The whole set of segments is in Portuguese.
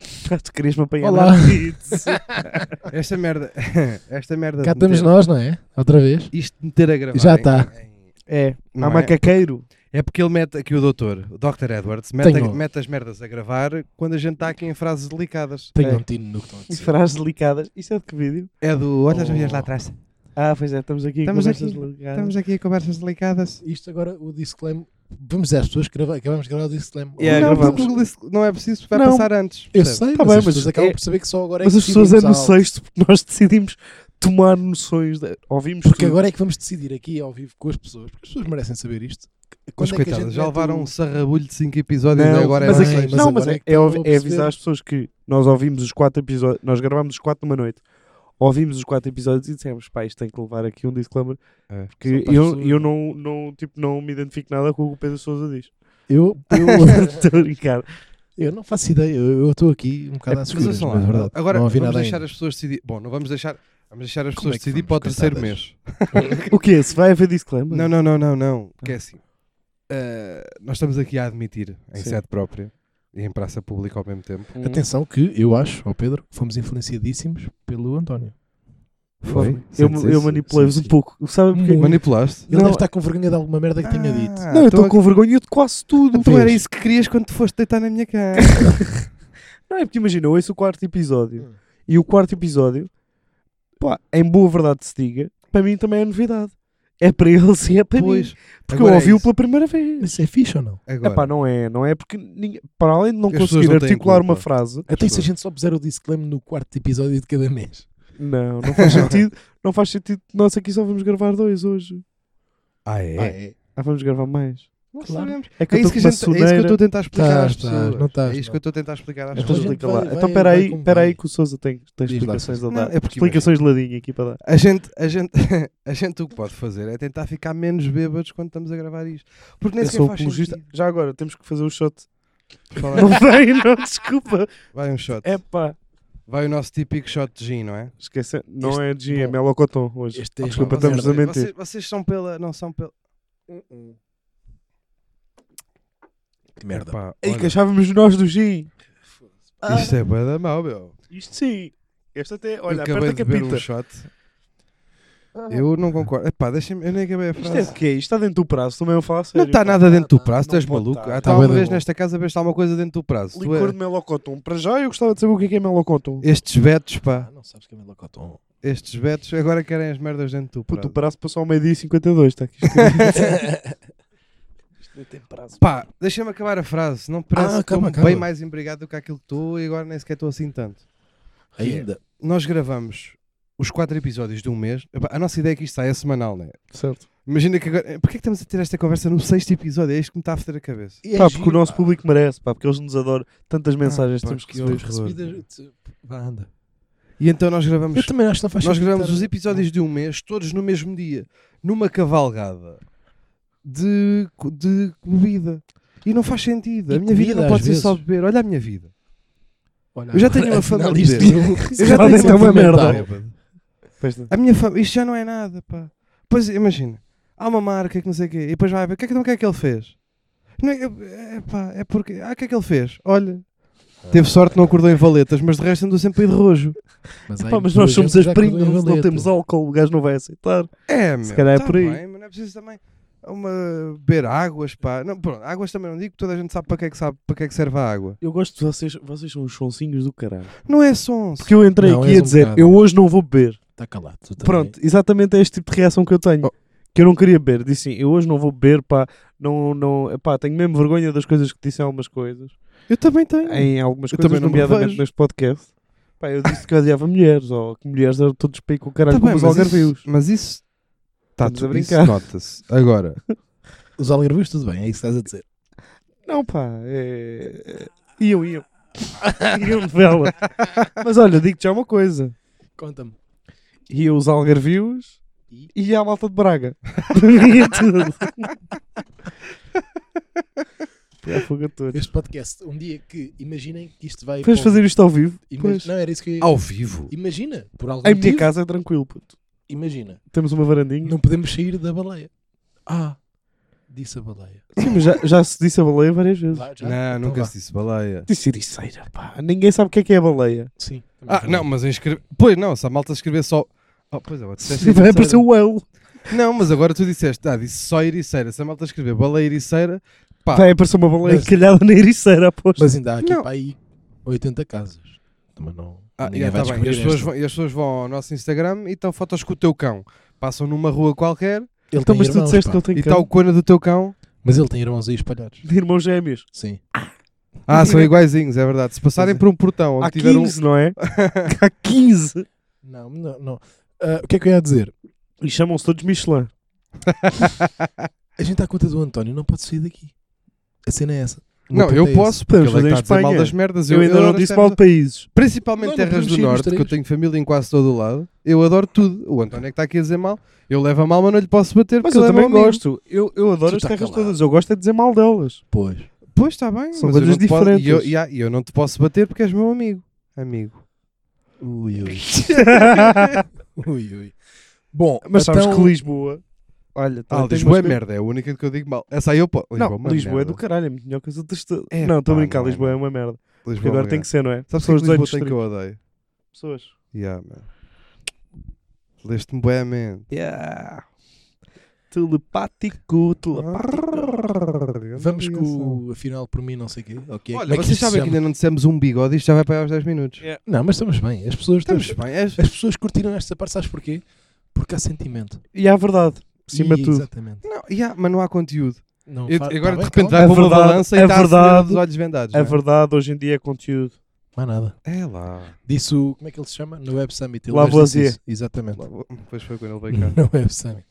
achaste que querias me apanhar Olá. na blitz? Esta merda. Esta merda. Cá de meter- estamos nós, não é? Outra vez. Isto de meter a gravar. Já em- tá. em- É, Não há é? macaqueiro. É porque ele mete aqui o doutor, o Dr. Edwards, mete, Tenho. a- mete as merdas a gravar quando a gente está aqui em frases delicadas. Tenho É. um tino no que estão a E dizer. frases delicadas. Isto é de que vídeo? É do. Olha as Oh. vias lá atrás. Ah, pois é, estamos aqui Estamos com estas aqui, delicadas. Estamos aqui a conversas delicadas. Isto agora, o disclaimer. Vamos dizer às pessoas que grava- acabamos de gravar o disclaimer. Yeah, não, gravamos. porque o disc- não é preciso, vai Não. passar antes. Eu percebe? Tá sei, mas bem, as mas pessoas acabam é- por saber que só agora é Mas que as pessoas é decidimos no algo. sexto porque nós decidimos tomar noções. De... Ouvimos Porque tudo. agora é que vamos decidir aqui ao vivo com as pessoas, porque as pessoas merecem saber isto. Mas Quando é que a coitadas, gente já mete o- levaram um sarrabulho de 5 episódios Não, e agora mas é é mais que- seis. mas não, agora mas é é, que é, estão a é perceber. avisar as pessoas que nós ouvimos os quatro episódios, nós gravámos os quatro numa noite, ouvimos os quatro episódios e dissemos, pá, isto tem que levar aqui um disclaimer, É, porque só para as eu, pessoas- eu não, não, tipo, não me identifico nada com o que o Pedro Sousa diz. Eu, eu, Estou a brincar. eu não faço ideia, eu eu estou aqui um bocado É, à mas Mas escuras, ouçam mas é lá, verdade. agora não ouvi vamos nada deixar ainda. as pessoas decidir. Bom, não vamos deixar, vamos deixar as Como pessoas é que decidir vamos, para o terceiro coitadas? mês. O quê? Se vai haver disclaimer? Não, não, não, não, Ah. não. Porque é assim. eh, nós estamos aqui a admitir em Sim. sede própria e em praça pública ao mesmo tempo. Hum. Atenção que eu acho, ao Pedro, fomos influenciadíssimos pelo António. Foi? Eu, Sentes eu isso? manipulei-vos Sim, um sim. pouco. Sabe porquê? Muito. Manipulaste? Ele Não. deve estar com vergonha de alguma merda que tinha dito. Ah, Não, eu então estou com vergonha de quase tudo. Então era Vês? isso que querias quando te foste deitar na minha cama. Não é porque imagina, eu ouço o quarto episódio Hum. e o quarto episódio, pá, em boa verdade se diga, para mim também é novidade. É para eles e é para mim. Pois, Porque agora eu é ouvi-o isso. pela primeira vez. Mas é fixe ou não? Agora, Epá, não é, não é porque ninguém- para além de não As pessoas conseguir não têm articular culpa. uma frase, Até se a pessoas. gente só puser o disclaimer no quarto episódio de cada mês. não, não faz sentido, não faz sentido. Nós aqui só vamos gravar dois hoje. Ah, é? Ah, é. Ah, vamos gravar mais. Não Claro. sabemos. É que É eu isso que, estou a gente, é com uma isso que eu estou a soneira. tentar explicar Estás, às estás, pessoas. não estás, é isso não. que eu estou a tentar explicar às Então Então a pessoas. gente explica vai- lá. vai- então vai espera aí, como espera aí vai. que o Sousa tem, tem Diz lá, explicações a Não, dar. é porque explicações ladinho aqui para dar. A gente, a, gente, a gente o que pode fazer é tentar ficar menos bêbados quando estamos a gravar isto. Porque nem Eu sequer sou faz apologista. sentido. Já agora temos que fazer o shot. Qual é? Não vem, não, desculpa. Vai um shot. É pá. Vai o nosso típico shot de gin, não é? Esquece, não Este- é GM, é bom, Melocotão hoje. este- é Ah, este- Desculpa, Vocês- estamos a mentir. um Vocês, vocês são pela... Não são pela... Que merda. Epá, Ei, olha, que achávamos nós do Gin. Ah. Isto é bué da mau, meu. Isto sim. Este até, eu olha, acabei aperta de que beber apita. um shot. Ah. Eu não concordo. Epá, deixa-me... Eu nem acabei a Isto é frase. de quê? Isto está dentro do prazo, também eu falo a Não sério. está pá. nada dentro do tá, prazo, tu não és pode maluco. tá. Há Tá uma bué da vez bom. nesta casa veste alguma coisa dentro do prazo. Tu é- Licor de Melocotão. Para já eu gostava de saber o que é que é Melocotão. Estes betos, pá. Ah, não sabes que é melocotão. Estes betos agora querem as merdas dentro do Puto, prazo. o prazo passou ao meio-dia e 52, está aqui. Isto não tem prazo. Pá, deixa-me acabar a frase. Não parece Ah, que estou acaba, bem acaba. mais embrigado do que aquilo que estou e agora nem sequer estou assim tanto. Ainda. Nós gravamos os quatro episódios de um mês. Epá, A nossa ideia é que isto sai é semanal, não é? Certo. Imagina que agora. Porquê é que estamos a ter esta conversa no sexto episódio? É isto que me está a foder a cabeça. E é Pá, Tá, porque o giro, nosso pá. público merece, pá, porque eles nos adoram. Tantas mensagens pá, temos que que receber. horror. Recebidas. Vá, anda. E então nós gravamos. Eu também acho que tá- não faz Nós sentido gravamos estar- os episódios de um mês, todos no mesmo dia, numa cavalgada de, co- de bebida. E não faz sentido. A E minha vida comida, não pode às ser só vezes. beber. Olha a minha vida. Olha, eu já tenho uma afinal fama de isto- Eu já tenho Isto é uma uma merda. mental. Pois não. A minha fama, isto já não é nada, pá. Pois imagina, há uma marca que não sei o quê, e depois vai ver, o que é que, então, o que, é que ele fez? Não é, é, pá, é porque, ah, o que é que ele fez? Olha, Ah. teve sorte, não acordou em valetas, mas de resto andou sempre aí de rojo. Mas, há Pá, mas nós muita gente somos que as já primas, acordou em não valeta. temos álcool, o gajo não vai aceitar. É, meu, calhar é tá por aí. bem, mas não é preciso também uma, beber águas, pá. Não, pronto, águas também não digo, toda a gente sabe para que é que, sabe, para que, é que serve a água. Eu gosto de vocês, vocês são os sonsinhos do caralho. Não é sons. Porque eu entrei Não, aqui és a um dizer, bocado. eu hoje não vou beber. Está Tá calado. tu também. Pronto, exatamente é este tipo de reação que eu tenho. Oh. Que eu não queria beber. Disse assim, eu hoje não vou beber, pá. Não, não, epá, tenho mesmo vergonha das coisas que disse em algumas coisas. Eu também tenho. Em algumas Eu coisas, também não me nomeadamente vejo. neste podcast. Pá, eu disse que odiava mulheres, ou que mulheres eram todos peico com o Tá caralho, bem, como os mas, algarvios. isso, mas isso está Estamos a tudo brincar. isso nota-se. Agora, Os algarvios, tudo bem, é isso que estás a dizer. Não, pá, é... Iam, iam. iam de vela. mas olha, digo-te já uma coisa. Conta-me. Ia os algarvios E? e ia a malta de Braga. Ia tudo. Foi à fuga toda. Este podcast, um dia que imaginem que isto vai. Vamos para um- fazer isto ao vivo? Ima- Pois. Não, era isso que eu ia- ao vivo. Imagina, por algum Em minha motivo, casa é tranquilo, puto. imagina. Temos uma varandinha. Não podemos sair da baleia. Ah. disse a baleia. Sim, mas já, já se disse a baleia várias vezes. Vá, já? Não, Então nunca vá. se disse baleia. Disse ericeira, pá. Ninguém sabe o que é que é baleia. Sim. Ah, não, mas eu escrevi. Pois não, se a malta escrever só. Oh, pois é, agora disseste Vai ericeira. aparecer o L. Não, mas agora tu disseste, ah, disse só ericeira. Se a malta escrever baleia ericeira, pá. Vai aparecer uma baleia Mas- encalhada na ericeira, aposto. Mas ainda há aqui Não. para aí 80 casas. Também não. Ah, ninguém já vai tá bem. E descobrir as, pessoas esta. vão, e as pessoas vão ao nosso Instagram e estão fotos com o teu cão. Passam numa rua qualquer Ele Então, tem mas tu irmãos, disseste pá. que um ele tem e está o cão. cona do teu cão. Mas ele tem irmãos aí espalhados. De irmãos gêmeos. Sim. Ah, são iguaizinhos, é verdade. Se passarem Pois é. por um portão um Há onde tiver um. 15, não é? Há 15. Não, não, não. Ah, o que é que eu ia dizer? E chamam-se todos Michelin. A gente está à conta do António, não pode sair daqui. A cena é essa. O meu Não, ponto eu é esse. posso, porque Podemos ele é que fazer está a dizer mal Espanha. das merdas. Eu ainda não adoro disse terras- mal de países. Principalmente Não, não terras podemos do sair os norte, que eu três. tenho família em quase todo o lado. Eu adoro tudo. O António é que está aqui a dizer mal. Eu levo a mal, mas não lhe posso bater. Mas porque eu ele é também meu amigo. gosto. Eu, eu adoro Tu as tá terras calado. todas. Eu gosto é de dizer mal delas. Pois. Pois está bem. mas São eu coisas não te posso- diferentes. E eu, e há- e eu não te posso bater porque és meu amigo. Amigo. Ui, ui. ui, ui. Bom, Mas então... sabes que Lisboa. Olha, tá, Ah, tem Lisboa é umas coisas- merda. É a única que eu digo mal. Essa aí eu posso. Não, é uma Lisboa é do merda. caralho. É a melhor coisa de tudo. É, Não, estou a pá, brincar. não é, Lisboa é não. uma merda. Porque Lisboa é agora uma tem que ser, não é? Sabes que Pessoas dos Lisboa oito tem que eu distritos. odeio? Pessoas. Yeah, man. Leste-me bem a mente. Yeah. Telepático, Vamos com o afinal por mim, não sei o quê. ou o que é- é assim. como Olha, é que vocês isto se sabem que chama? ainda não dissemos um bigode isto já vai para aí aos 10 minutos. Não, mas estamos bem. As pessoas, Estamos bem. És... as pessoas curtiram esta parte, sabes porquê? Porque há sentimento. E há verdade. Por cima de E- tudo. Exatamente. Não, yeah, mas não há conteúdo. Não, Eu- fa- agora tá de bem, repente calma. vai É para uma verdade, balança e é está a acender verdade, os olhos vendados. A não é? verdade hoje em dia é conteúdo. Mais nada. É lá. Disse o... Como é que ele se chama? No Web Summit. ele Lavoisier. disse isso. Exatamente. Depois foi quando ele veio cá. No Web Summit.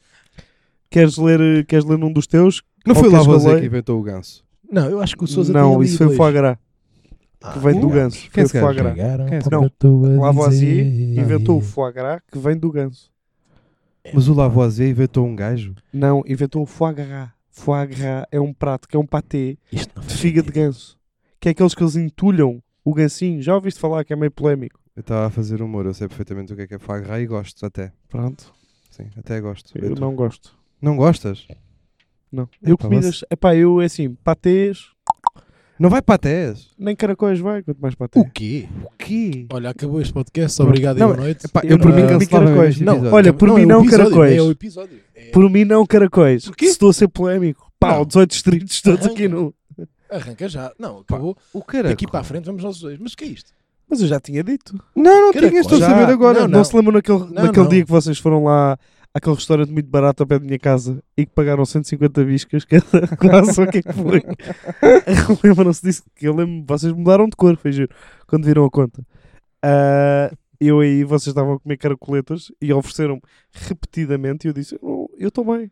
Queres ler, eh, queres ler um dos teus? Não foi Ou lá queres que eu você leia? que inventou o ganso. Não, eu acho que o Sousa tem não, ali isso foi o dois. foie gras, que Ah, vem do não. ganso. Quem Foi é o esse foie gajo? gras. Chegaram Quem é esse para gajo? tu a Lavoisier dizer- Inventou o foie gras que vem do ganso. É Mas o Lavoisier inventou um gajo. Não, inventou o foie gras. Foie gras é um prato que é um patê Isto não de faz figa de sentido. ganso. Que é aqueles que eles entulham o gancinho. Já ouviste falar que é meio polémico. Eu estava a fazer humor, eu sei perfeitamente o que é que é fagra e gosto até. Pronto, Sim, até gosto. eu Eu tu- não gosto. não gostas? Não. Eu Epá, comidas, epá, eu é assim, patês, Não vai para TES? nem caracóis vai, quanto mais patê. O quê? O quê? Olha, acabou este podcast. Obrigado e Não, boa noite. Epá, Eu eu por mim não- cancelava Caracóis, este não. episódio. Olha, por mim é o não episódio, caracóis. É o episódio. É- Por mim não caracóis. Porquê? Se estou a ser polémico. Pá, Não. 18 distritos todos aqui no... Arranca já. Não, acabou. o cara. Daqui para a frente vamos nós dois. Mas o que é isto? Mas eu já tinha dito. Não, é não é Caracóis. tinha, estou a Já. saber agora. Não, não. se lembram naquele, Não, naquele não. dia que vocês foram lá àquele restaurante muito barato ao pé da minha casa e que pagaram 150 biscas cada quase, o que é que foi? Lembram-se disso? Que eu lembro, vocês mudaram de cor, foi giro, quando viram a conta. Ah, eu aí, vocês estavam a comer caracoletas e ofereceram-me repetidamente e eu disse, "Eu- eu estou bem.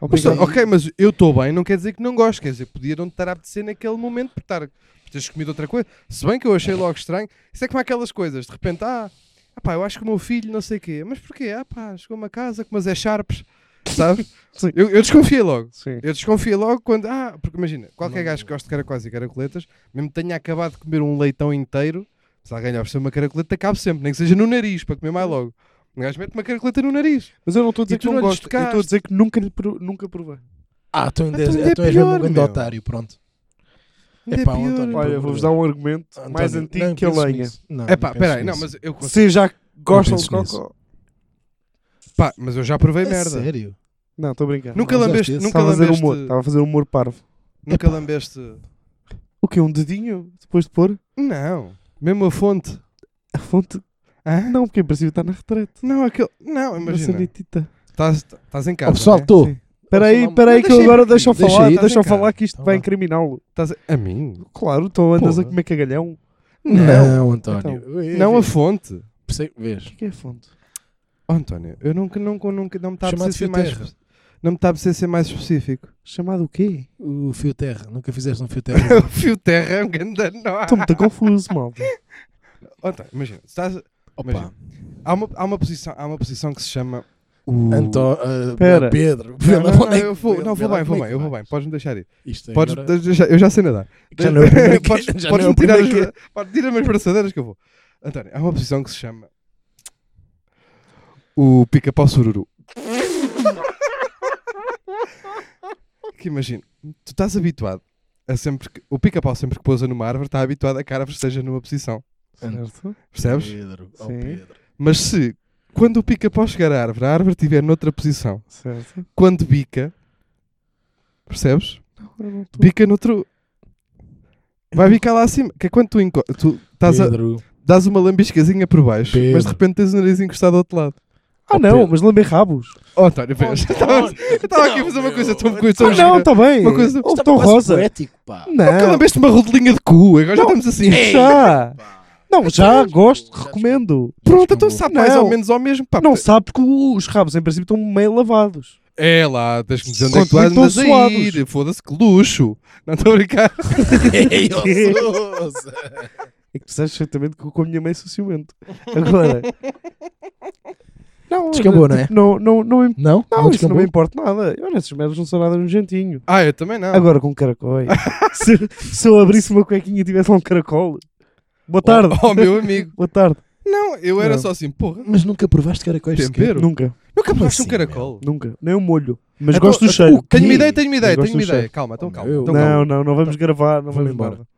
Mas, Obrigado. ok, mas eu estou bem, não quer dizer que não gosto, quer dizer, podia não te estar a apetecer naquele momento por, estar, por teres comido outra coisa. Se bem que eu achei logo estranho, isso é como aquelas coisas, de repente, ah, ah pá, eu acho que o meu filho não sei o quê, mas porquê? Ah pá, chegou-me a casa com umas é sharps, sabes? Sim. Eu, eu desconfiei logo. Sim. Eu desconfio logo quando. Ah, porque imagina, qualquer Não- gajo que gosta de caracóis e caracoletas, mesmo que tenha acabado de comer um leitão inteiro, se alguém lhe oferecer uma caracoleta, cabe sempre, nem que seja no nariz, para comer mais logo. Um gajo mete uma caracoleta no nariz. Mas eu não estou a E dizer tu que não não lhe gosto, eu estou a tocaste. dizer que nunca, lhe pro- nunca provei. Ah, tu ainda Então és ainda é tu és mesmo um pior, grande meu. otário. Pronto. Ainda Epá, é o pior. António- Olha, Pelo vou-vos dar amor um argumento mais António, antigo não que a penses lenha. nisso. Não, É não pá, penses peraí, não, nisso. mas eu consigo. Vocês já gostam de penso nisso. cocó? Pá, mas eu já provei É merda. Sério? Não, estou a brincar. Nunca Não, lambeste, usaste nunca Estava a fazer lambeste, humor. Estava a fazer humor parvo. nunca lambeste. O quê? Um dedinho? Depois de pôr? Não, mesmo a fonte. A fonte? Hã? Não, porque em princípio está na retrete. Não, aquele. Não, Na imagina. sanitita. Estás estás em casa. Ó, pessoal, né? estou. Sim. Espera aí, falar- espera aí Mas que eu deixa aí, agora deixa eu deixa falar. aí, Deixa eu estás em falar que isto Então vai vá. incriminá-lo. Estás a... a mim? Claro, então andas Porra. a comer cagalhão. Não, António. Não a fonte. Perce- Vês? O que é a fonte? Oh, António, eu nunca, nunca, nunca não me está a Chamado apetecer ser fio mais. terra. espe- Não me está a apetecer ser mais específico. Chamado o quê? O fio terra. Nunca fizeste um fio terra. O fio terra é um grande nó. Estou muito confuso, malta. António, imagina, estás- Opa. há, uma, há, uma posição, há uma posição que se chama o. Antó... ah, Pera. Pedro. Não, não, não, Onde é que- eu vou, não, vou Pedro, bem, vou como bem, é que eu vou vais? bem. Podes-me deixar ir. Isto Podes agora- deixar, eu já sei nadar. Já não é o primeiro que- podes já podes não é o me tirar as, primeiro que- podes- tira-me as braçadeiras que eu vou. António, há uma posição que se chama o pica-pau sururu. que imagino, tu estás habituado a sempre que. O pica-pau sempre que pousa numa árvore está habituado a que a árvore esteja numa posição. Certo? Percebes? Pedro, oh Sim. Pedro. Mas se quando o pica-pau chegar à árvore, a árvore estiver noutra posição, Certo. quando bica, percebes? Eu não tô- Bica noutro. Vai bicar lá acima. Que é quando tu, enco- tu estás a, Pedro. dás uma lambiscazinha por baixo, Pedro. mas de repente tens o nariz encostado ao outro lado. Ah, não, mas lamber rabos. Oh, António, vês? Eu estava- eu estava aqui a fazer uma coisa tão coisa tão ah, não, gira. está bem. Uma coisa- tá Ou tão rosa. poético, pá. Nunca Não, lambeste uma rodelinha de cu, agora já Não. estamos assim. já. Pá. Não, já Já gosto, descambou. recomendo. Pronto, então sabe mais Não. ou menos ao mesmo. Pá, Não sabe porque os rabos em princípio estão meio lavados. É lá, tens que me dizer onde é que tu Quando estão andas a ir. Foda-se, que luxo. Não estou a brincar. Ei, ossoso. É que tu sabes perfeitamente que eu com a minha mãe sou ciumento. Agora. Não, Descambou, tipo, não é? Não, não, não, me- Não? não, isso descambou? não me importa nada. Eu nessas merdas não sou nada nojentinho. Ah, eu também não. Agora com caracóis. se, se eu abrisse uma cuequinha e tivesse lá um caracol. Boa tarde. Oh, meu amigo. Boa tarde. Não, eu era Não. só assim, porra. Mas nunca provaste caracóis sequer? Tempero? Nunca, Nunca Como provaste um assim, caracol. nunca. Nem um molho. Mas Então, gosto do então, cheiro. o Tenho uma Ih, ideia, tenho uma ideia, eu tenho uma gosto do ideia. cheiro. Calma, então Oh, calma. meu. Então, calma. Não, não, não vamos gravar. Não vamos Vamos embora. embora.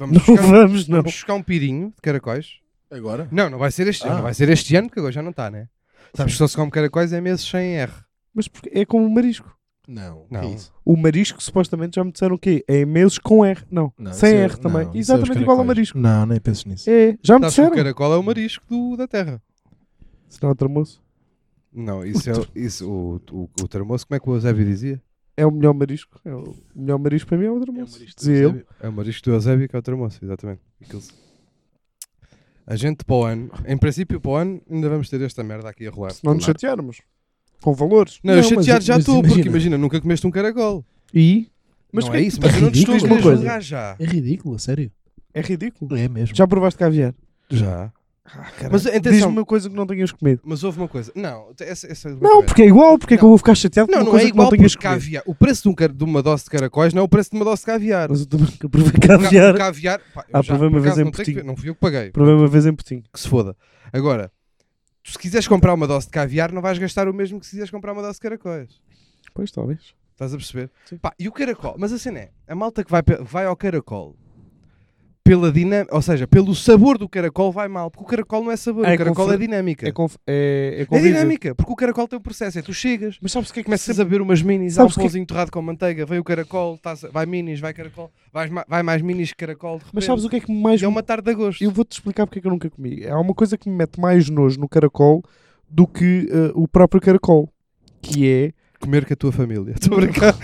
Não Vamos buscar, vamos, não. vamos buscar um pirinho de caracóis. Agora? Não, não vai ser este Ah. ano. Não vai ser este ano, porque agora já não está, né? Sabes que só se come caracóis é meses sem R. Mas porque é como o marisco. Não. Não. que é isso? O marisco, supostamente, já me disseram o quê? É meses com R. Não, Não, sem isso é- R também. não, isso é os Exatamente igual ao caracóis. marisco. Não, nem penses nisso. É, já Sabes me que o disseram. caracol é o marisco do- da terra. Se não é outro moço. Não, isso é o- isso, o, o, o termoço, como é que o Eusébio dizia? É o melhor marisco. É o o melhor marisco para mim é o outro É um moço. marisco, Dizia ele. sabe? É o marisco do Eusébio que é o termoço, exatamente. Aquilo- A gente para o ano, em princípio para o ano, ainda vamos ter esta merda aqui a rolar. Se não nos chatearmos. Com valores. Não, eu Não, mas- chateado já mas estou, porque imagina. imagina, nunca comeste um caracol. E? Mas Mas não que é é isso, mas eu não te estou ridículo a querer uma coisa. julgar já. É ridículo, a sério. É ridículo. É mesmo. Já provaste caviar? Já. Mas Mas atenção, diz-me uma coisa que não tenhas comido. mas houve uma coisa. Não, essa, essa é uma Não, coisa. porque é igual. Porque é que Não. eu vou ficar chateado não, com uma não é coisa que igual não porque tenhas comido? caviar. O preço de, um car- de uma dose de caracóis não é o preço de uma dose de caviar. Mas eu também nunca provei O ca- o caviar. caviar pá, eu Ah, já, provei uma por vez acaso, em não, tenho que Portinho. ver, não fui eu que paguei. Provei uma vez em Petinho. que se foda. Agora, tu se quiseres comprar uma dose de caviar, não vais gastar o mesmo que se quiseres comprar uma dose de caracóis. Pois, talvez. Estás a perceber? Sim. Pá, e o caracol? Mas a cena é, a malta que vai, pe- vai ao caracol pela dinâmica, ou seja, pelo sabor do caracol vai mal, porque o caracol não é sabor, Ah, é o caracol confer- é dinâmica. É, É, conf... é, é convívio. dinâmica, porque o caracol tem um processo, é tu chegas, Mas sabes o que é que começas a ver umas minis, há um Sabes que- pãozinho torrado com manteiga, vem o caracol, estás a- vai minis, vai caracol, vais ma- vai mais minis que caracol, de repente. Mas sabes o que é que mais E é uma tarde de agosto. Eu vou-te explicar porque é que eu nunca comi. Há uma coisa que me mete mais nojo no caracol do que eh, o próprio caracol. Que é. Comer com a tua família. Estou a brincar.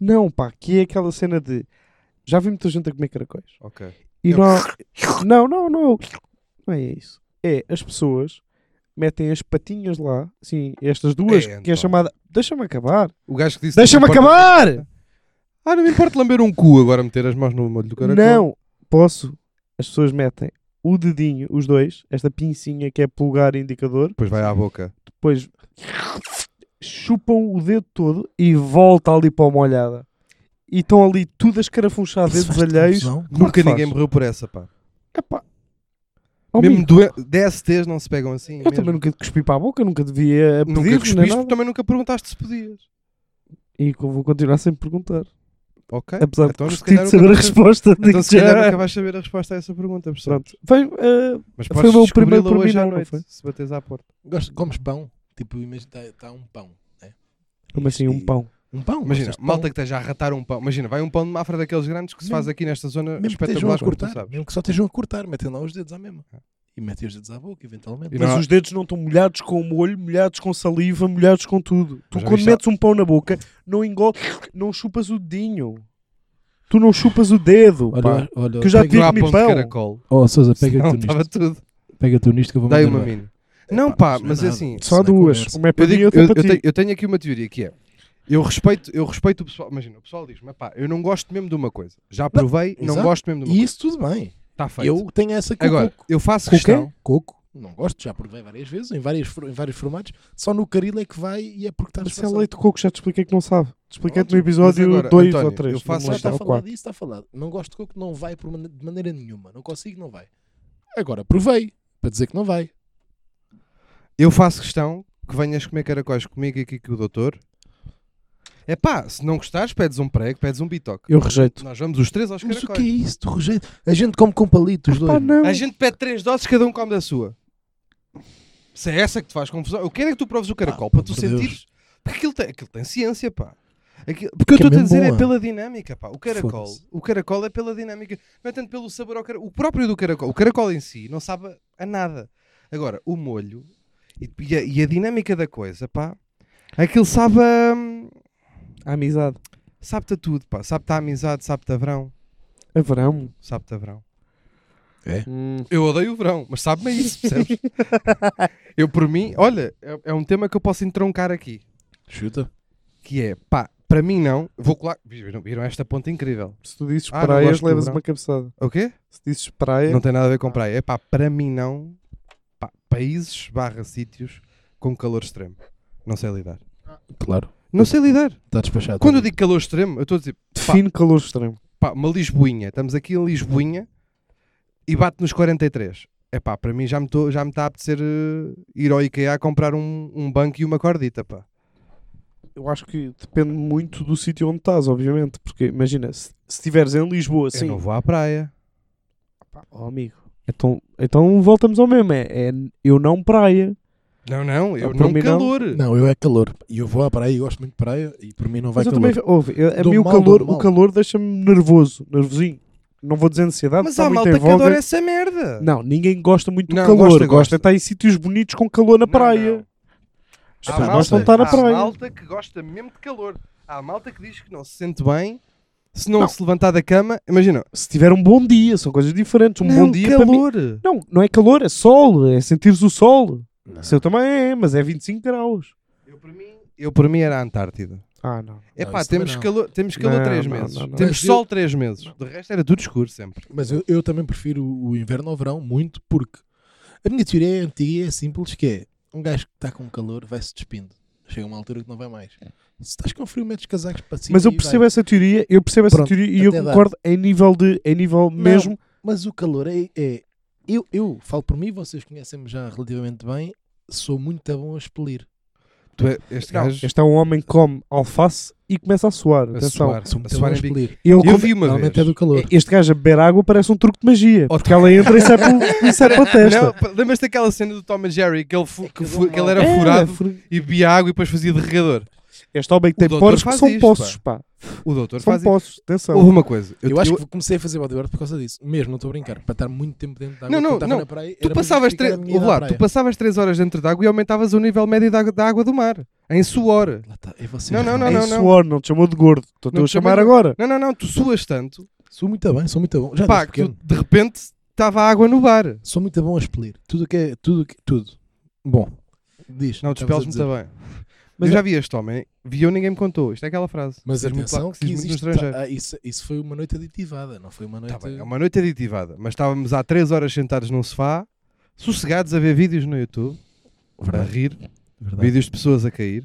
Não, pá, que é aquela cena de. Já vi muita gente a comer caracóis. ok. E Eu- não. há- Não, não, não. Não é isso. É, as pessoas metem as patinhas lá, assim, estas duas, É, que é António. chamada. Deixa-me acabar! O gajo que disse... Deixa-me Porta- acabar! Ah, não me importa lamber um cu agora meter as mãos no molho do caracol. Não, posso. As pessoas metem o dedinho, os dois, esta pincinha que é polegar e indicador, Depois vai à boca. depois chupam o dedo todo e volta ali para uma olhada. E estão ali tudo a escarafunchar Isso dedos faz-te alheios. confusão? Claro Nunca que ninguém faz. morreu por essa, pá. Epá. Oh, mesmo amigo, doen- DSTs não se pegam assim. eu também nunca te cuspi para a boca, nunca devia pedir, nunca nem cuspiste, é então- nada. porque também nunca perguntaste se podias. E que eu vou continuar sem perguntar. Ok? Apesar Então, de se gostar calhar, de saber a nunca- resposta. Então digo se calhar nunca já. vais saber a resposta a essa pergunta, percebes? Pronto. Vai, eh, Mas Foi podes o meu descobri-la primeiro hoje à pormenor, não noite, foi? se bateres à porta. Gosto- Comes pão? Tipo, imagina, está tá um pão. Né? como assim, um E- pão. Um pão? Imagina, gostas de pão? malta que esteja a ratar um pão. Imagina, vai um pão de mafra daqueles grandes que se Mesmo- faz aqui nesta zona Mesmo que um é estejam espetacular, a como tu cortar, sabes. mesmo que só estejam a cortar, metem lá os dedos à mesma. E metem os dedos à boca, eventualmente. E Mas não há- os dedos não estão molhados com o molho, molhados com saliva, molhados com tudo. Tu já quando viste a- metes um pão na boca, não engoles, não chupas o dedinho. Tu não chupas o dedo. pá. Olha, olha, que eu já pega- tive Não há comi pão de pão. caracol. Oh, Sousa, pega Não, tu nisto. estava tudo. Pega tu nisto que eu vou Dá mandar. uma embora. mini. Não, pá, mas nada. assim, Só Isso não é duas. conversa. Uma é para Eu, mim e digo- outra eu- para eu ti. tenho, eu tenho aqui uma teoria que é: eu respeito, eu respeito o pessoal. Imagina, o pessoal diz-me, pá, eu não gosto mesmo de uma coisa. Já provei, não, exato. gosto mesmo de E uma isso tudo bem. coisa. Está feito. Eu tenho essa com Agora, coco. eu faço Coco questão. é? Coco. Não gosto, já provei várias vezes, em, várias, for- em vários formatos. Só no caril é que vai e é porque está Isso é leite de coco, já te expliquei que não sabe. Te expliquei-te no Pronto, mas episódio agora, 2 António, ou eu 3. faço- Já está ou falado 4. disso, está falado. Não gosto de coco, não vai por mane- de maneira nenhuma. Não consigo, não vai. Agora, provei para dizer que não vai. Eu faço questão que venhas comer caracóis comigo e aqui com o doutor. É pá, se não gostares, pedes um prego, pedes um bitoque. Eu rejeito. Nós vamos os três aos Mas o caracóis. que é isso? Tu rejeito? A gente come com palitos, Pá, doido. não. A gente pede três doses, cada um come da sua. Se é essa que te faz confusão, eu quero é que tu proves o caracol Ah, para tu por Deus. sentires. Porque aquilo tem, aquilo tem ciência, pá. Aquilo- porque o que Que é eu estou a mesmo dizer é bom, é? pela dinâmica, pá. O caracol, Foda-se. o caracol é pela dinâmica, não é tanto pelo sabor ao caracol. O próprio do caracol, o caracol em si não sabe a nada. Agora, o molho e, e a, e a dinâmica da coisa, pá. Aquilo sabe a, A amizade. sabe-te a tudo, pá. Sabe-te a amizade, sabe-te a verão, É verão. sabe-te a verão. Hum. Eu odeio o verão, mas sabe-me isso, percebes? eu, por mim, olha, é, é um tema que eu posso entroncar aqui. Chuta. Que é, pá, para mim não, vou colar. Viram, viram esta ponta incrível? Se tu dizes Ah, não praias, gosto do levas verão. uma cabeçada. O quê? Se dizes praia, Não tem nada a ver com praia. É pá, para mim não, pá, países barra sítios com calor extremo. Não sei lidar. Claro. Não sei lidar. Está despachado. Quando eu digo calor extremo, eu estou a dizer, define calor extremo. pá, uma Lisboinha, estamos aqui em Lisboinha e bate nos 43. É pá, para mim já me está me tá a apetecer eh, ir ao IKEA a comprar um, um banco e uma cordita, pá. Eu acho que depende muito do sítio onde estás, obviamente. Porque imagina, se se estiveres em Lisboa, Eu sim. não vou à praia. Oh, amigo. Então, então voltamos ao mesmo. É, é eu não praia. Não, não, eu Ah, para não mim não. calor. Não, eu é calor. E eu vou à praia e gosto muito de praia e por mim não vai Mas eu calor. também. Ouve, eu- a Dou mim o mal, calor, dou mal. o calor deixa-me nervoso. Nervosinho. Não vou dizer ansiedade, tá Mas está há muito malta em que adora voga. essa merda. Não, ninguém gosta muito do Não, calor. gosta, Gosta, gosta. de estar em sítios bonitos com calor na Não, praia. não. As Há pessoas malta- gostam de estar tá na há praia. malta que gosta mesmo de calor. Há malta que diz que não se sente bem se não, se levantar da cama. Imagina, Se tiver um bom dia, são coisas diferentes. Um não, bom dia para mim. calor. Não, não é calor, é sol, é sentires o sol. Não. Seu também é, mas é 25 graus. Eu, por mim, eu por mim era a Antártida. Ah, não. É Não, pá, isso também temos não. calor, temos calor Não, 3 não, meses. não, não. Temos Mas eu- sol 3 meses. De resto era tudo escuro sempre. Mas eu, eu também prefiro o inverno ao verão muito porque a minha teoria é antiga e é simples que é um gajo que está com calor vai-se despindo. Chega uma altura que não vai mais. Se estás com frio, metes casacos para É. cima mas eu e percebo vai. essa teoria, eu percebo essa Pronto, teoria e eu até dá. concordo em nível de em nível mesmo. Mas o calor é... é- eu, eu falo por mim, vocês conhecem-me já relativamente bem, sou muito bom a expelir. Tu é- este Não, gajo este é um homem que come alface e começa a suar. a atenção. suar. A Sou muito bom suar a em bico. expelir. Ele Eu come- vi uma vez. Normalmente é do calor. Este gajo a beber água parece um truque de magia. Ou- Porque ela entra e sai pelo- e sai pela testa. Oh, tá. Não, pá, Lembras-te daquela cena do Tom and Jerry que ele, fu- que eu fu- dou que ele mal. era É, furado fur- e bebia água e depois fazia derregador? Este homem que O tem doutor poros que faz são isto, poços, pá. O doutor São faz isso. poços, atenção. Houve uma coisa. Eu, acho que comecei a fazer bodyguard por causa disso. Mesmo, não estou a brincar. Para estar muito tempo dentro da água. Não, não, quando estava não. Na praia, Tu era para passavas, justificar três, a minha ida ouve à lá, tu praia. passavas três horas dentro de água e aumentavas o nível médio da, da água do mar. Em suor. Lá está, é vocês. Não, não, não, É É não, isso. suor, não te chamou de gordo. Estou-te Não a te chamei chamar de- agora. Não, não, não. Tu suas tanto. Sou muito bem, sou muito bom. Já pá, Pá, que tu, de repente estava água no bar. Sou muito bom a expelir. Tudo o que é. Tudo. o que- tudo. Bom. Diz. Não, tu estavas a despeles muito dizer. bem. Mas eu é- já vi este homem. Viu, ninguém me contou. Isto é aquela frase. Mas Diz muito atenção lá- que diz muito no existe- estrangeiro. ah, isso, isso foi uma noite aditivada, não foi uma noite. Tá bem, é uma noite aditivada, mas estávamos há 3 horas sentados num sofá, sossegados a ver vídeos no YouTube, a Verdade, rir, verdade. vídeos de pessoas a cair.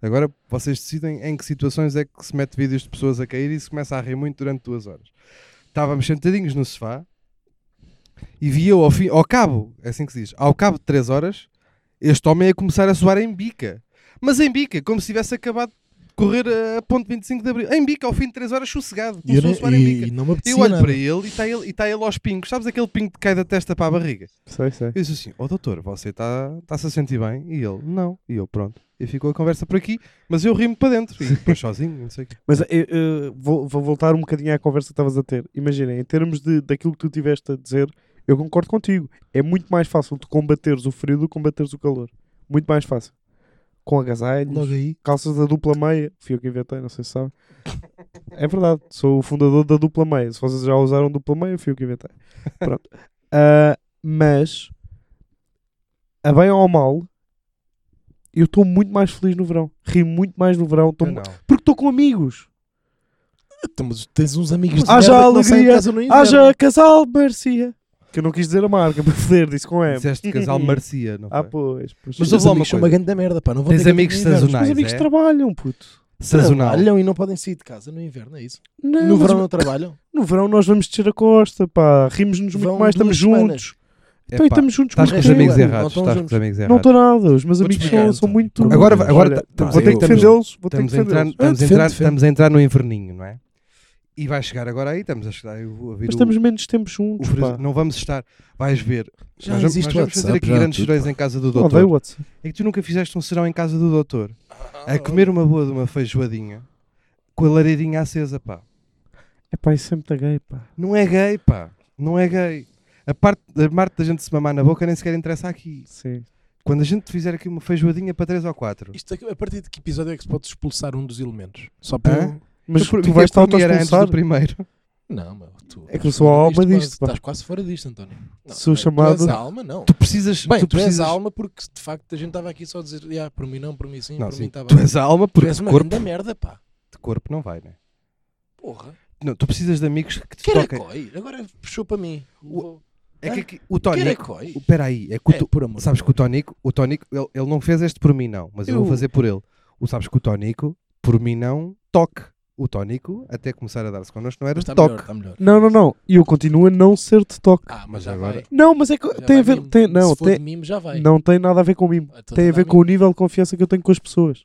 Agora vocês decidem em que situações é que se mete vídeos de pessoas a cair e se começa a rir muito durante duas horas. Estávamos sentadinhos no sofá e vi eu ao, fim, ao cabo, é assim que se diz, ao cabo de 3 horas, este homem a começar a soar em bica. Mas em bica, como se tivesse acabado de correr a ponto 25 de abril. Em bica, ao fim de 3 horas, sossegado. E eu Começou a não, soar em bica. e, e não me apetecia. Eu olho nada. para ele e está ele, e tá ele aos pingos. Sabes aquele pingo que cai da testa para a barriga? Sei, sei. Eu disse assim, ó doutor, você está se a sentir bem? E ele, não. E eu, pronto. E ficou a conversa por aqui, mas eu rimo para dentro. E depois sozinho, não sei o quê. Mas eh, eh, vou, vou voltar um bocadinho à conversa que estavas a ter. Imagina, em termos de, daquilo que tu tiveste a dizer, eu concordo contigo. É muito mais fácil tu combateres o frio do que combateres o calor. Muito mais fácil. Com agasalhos, Logo aí. calças da dupla meia. Fui eu que inventei, não sei se sabem. É verdade, sou o fundador da dupla meia. Se vocês já usaram dupla meia, fui eu que inventei. Pronto. Ah, mas, a bem ou ao mal, eu estou muito mais feliz no verão. Ri muito mais no verão. tô mu- Eu não. Porque estou com amigos. Então, mas tens uns amigos de Haja merda que não saem de alegria, casa no inverno. Haja casal Marcia. Que eu não quis dizer a marca para foder, disse com M. Disseste casal Marcia, não foi? é, Ah, pois. pois. Mas Mas os os ouve lá uma amigos são uma coisa. grande merda, pá. Não vão Tens ter amigos casa no é inverno. sazonais, amigos é? trabalham, puto. Sazonal. Trabalham e não podem sair de casa no inverno, é isso? Não, no mas verão não trabalham? no verão nós vamos descer a costa, pá. Rimos-nos muito Vão mais, estamos duas semanas. juntos. Epá, Então, e estamos juntos Estás os com os Não, amigos amigos não errados. estão Estás com juntos. os amigos Não errados. estou nada, os meus Vou amigos explicar, são, são então. muito. Porque Agora, agora Olha, ta- estamos, vou ter a, que estamos- defendê-los. Vou ter que estamos, a entrar, defendê-los. estamos, a Ah, entrar, defende, defende. estamos a entrar no inverninho, não é? E vai chegar agora aí, estamos a chegar eu vou a ver Mas o- estamos menos tempo o juntos. friso- pá. Não vamos estar. Vais ver. Já nós vamos, existe nós o vamos fazer WhatsApp, aqui já há grandes tudo, chorões pá. em casa do Odeio doutor. o WhatsApp. É que tu nunca fizeste um serão em casa do doutor. A É comer uma boa de uma feijoadinha com a lareirinha acesa, pá. É pá, isso sempre da gay, pá. Não é gay, pá. Não é gay. A parte, a parte da gente se mamar na boca nem sequer interessa aqui. Sim. Quando a gente fizer aqui uma feijoadinha para 3 ou 4. Isto aqui- a partir de que episódio é que se pode expulsar um dos elementos? Só para. Hã? Mas tu vais estar auto-expulsar. do primeiro. Não, meu. Tu, É que eu sou a alma Isto quase- disto, pá. Estás quase fora disto, António. Não, Sou tu chamado- és a alma, não. Tu precisas. Bem, tu, tu precisas... és a alma porque de facto a gente estava aqui só a dizer, ah, por mim não, por mim sim, Não, por sim. mim tá estava. Tu és a alma porque de uma corpo, grande merda, pá. de corpo não vai, né? Porra. Não, tu precisas de amigos que te toquem. Caracói. Agora puxou para mim. O- O... É que aqui, o Tónico. Caracói. Espera aí, é que o É, Tu- por amor. Sabes de que o Deus. Tónico, o tónico ele, ele não fez este por mim, não, mas eu, vou Eu- fazer por ele. O sabes que o Tónico, por mim, não toque. O Tónico, até começar a dar-se connosco, não era Mas está toque. tá melhor, está Não, melhor. não, não. E eu continuo a não ser de toque. Ah, mas já Agora- vai. Não, mas é que Já tem a vai ver. mimo. Tem, não, Se for de tem, mimo, já vai. não tem nada a ver com mim. Então Uhum. Tem a dá ver mimo. com o nível de confiança que eu tenho com as pessoas.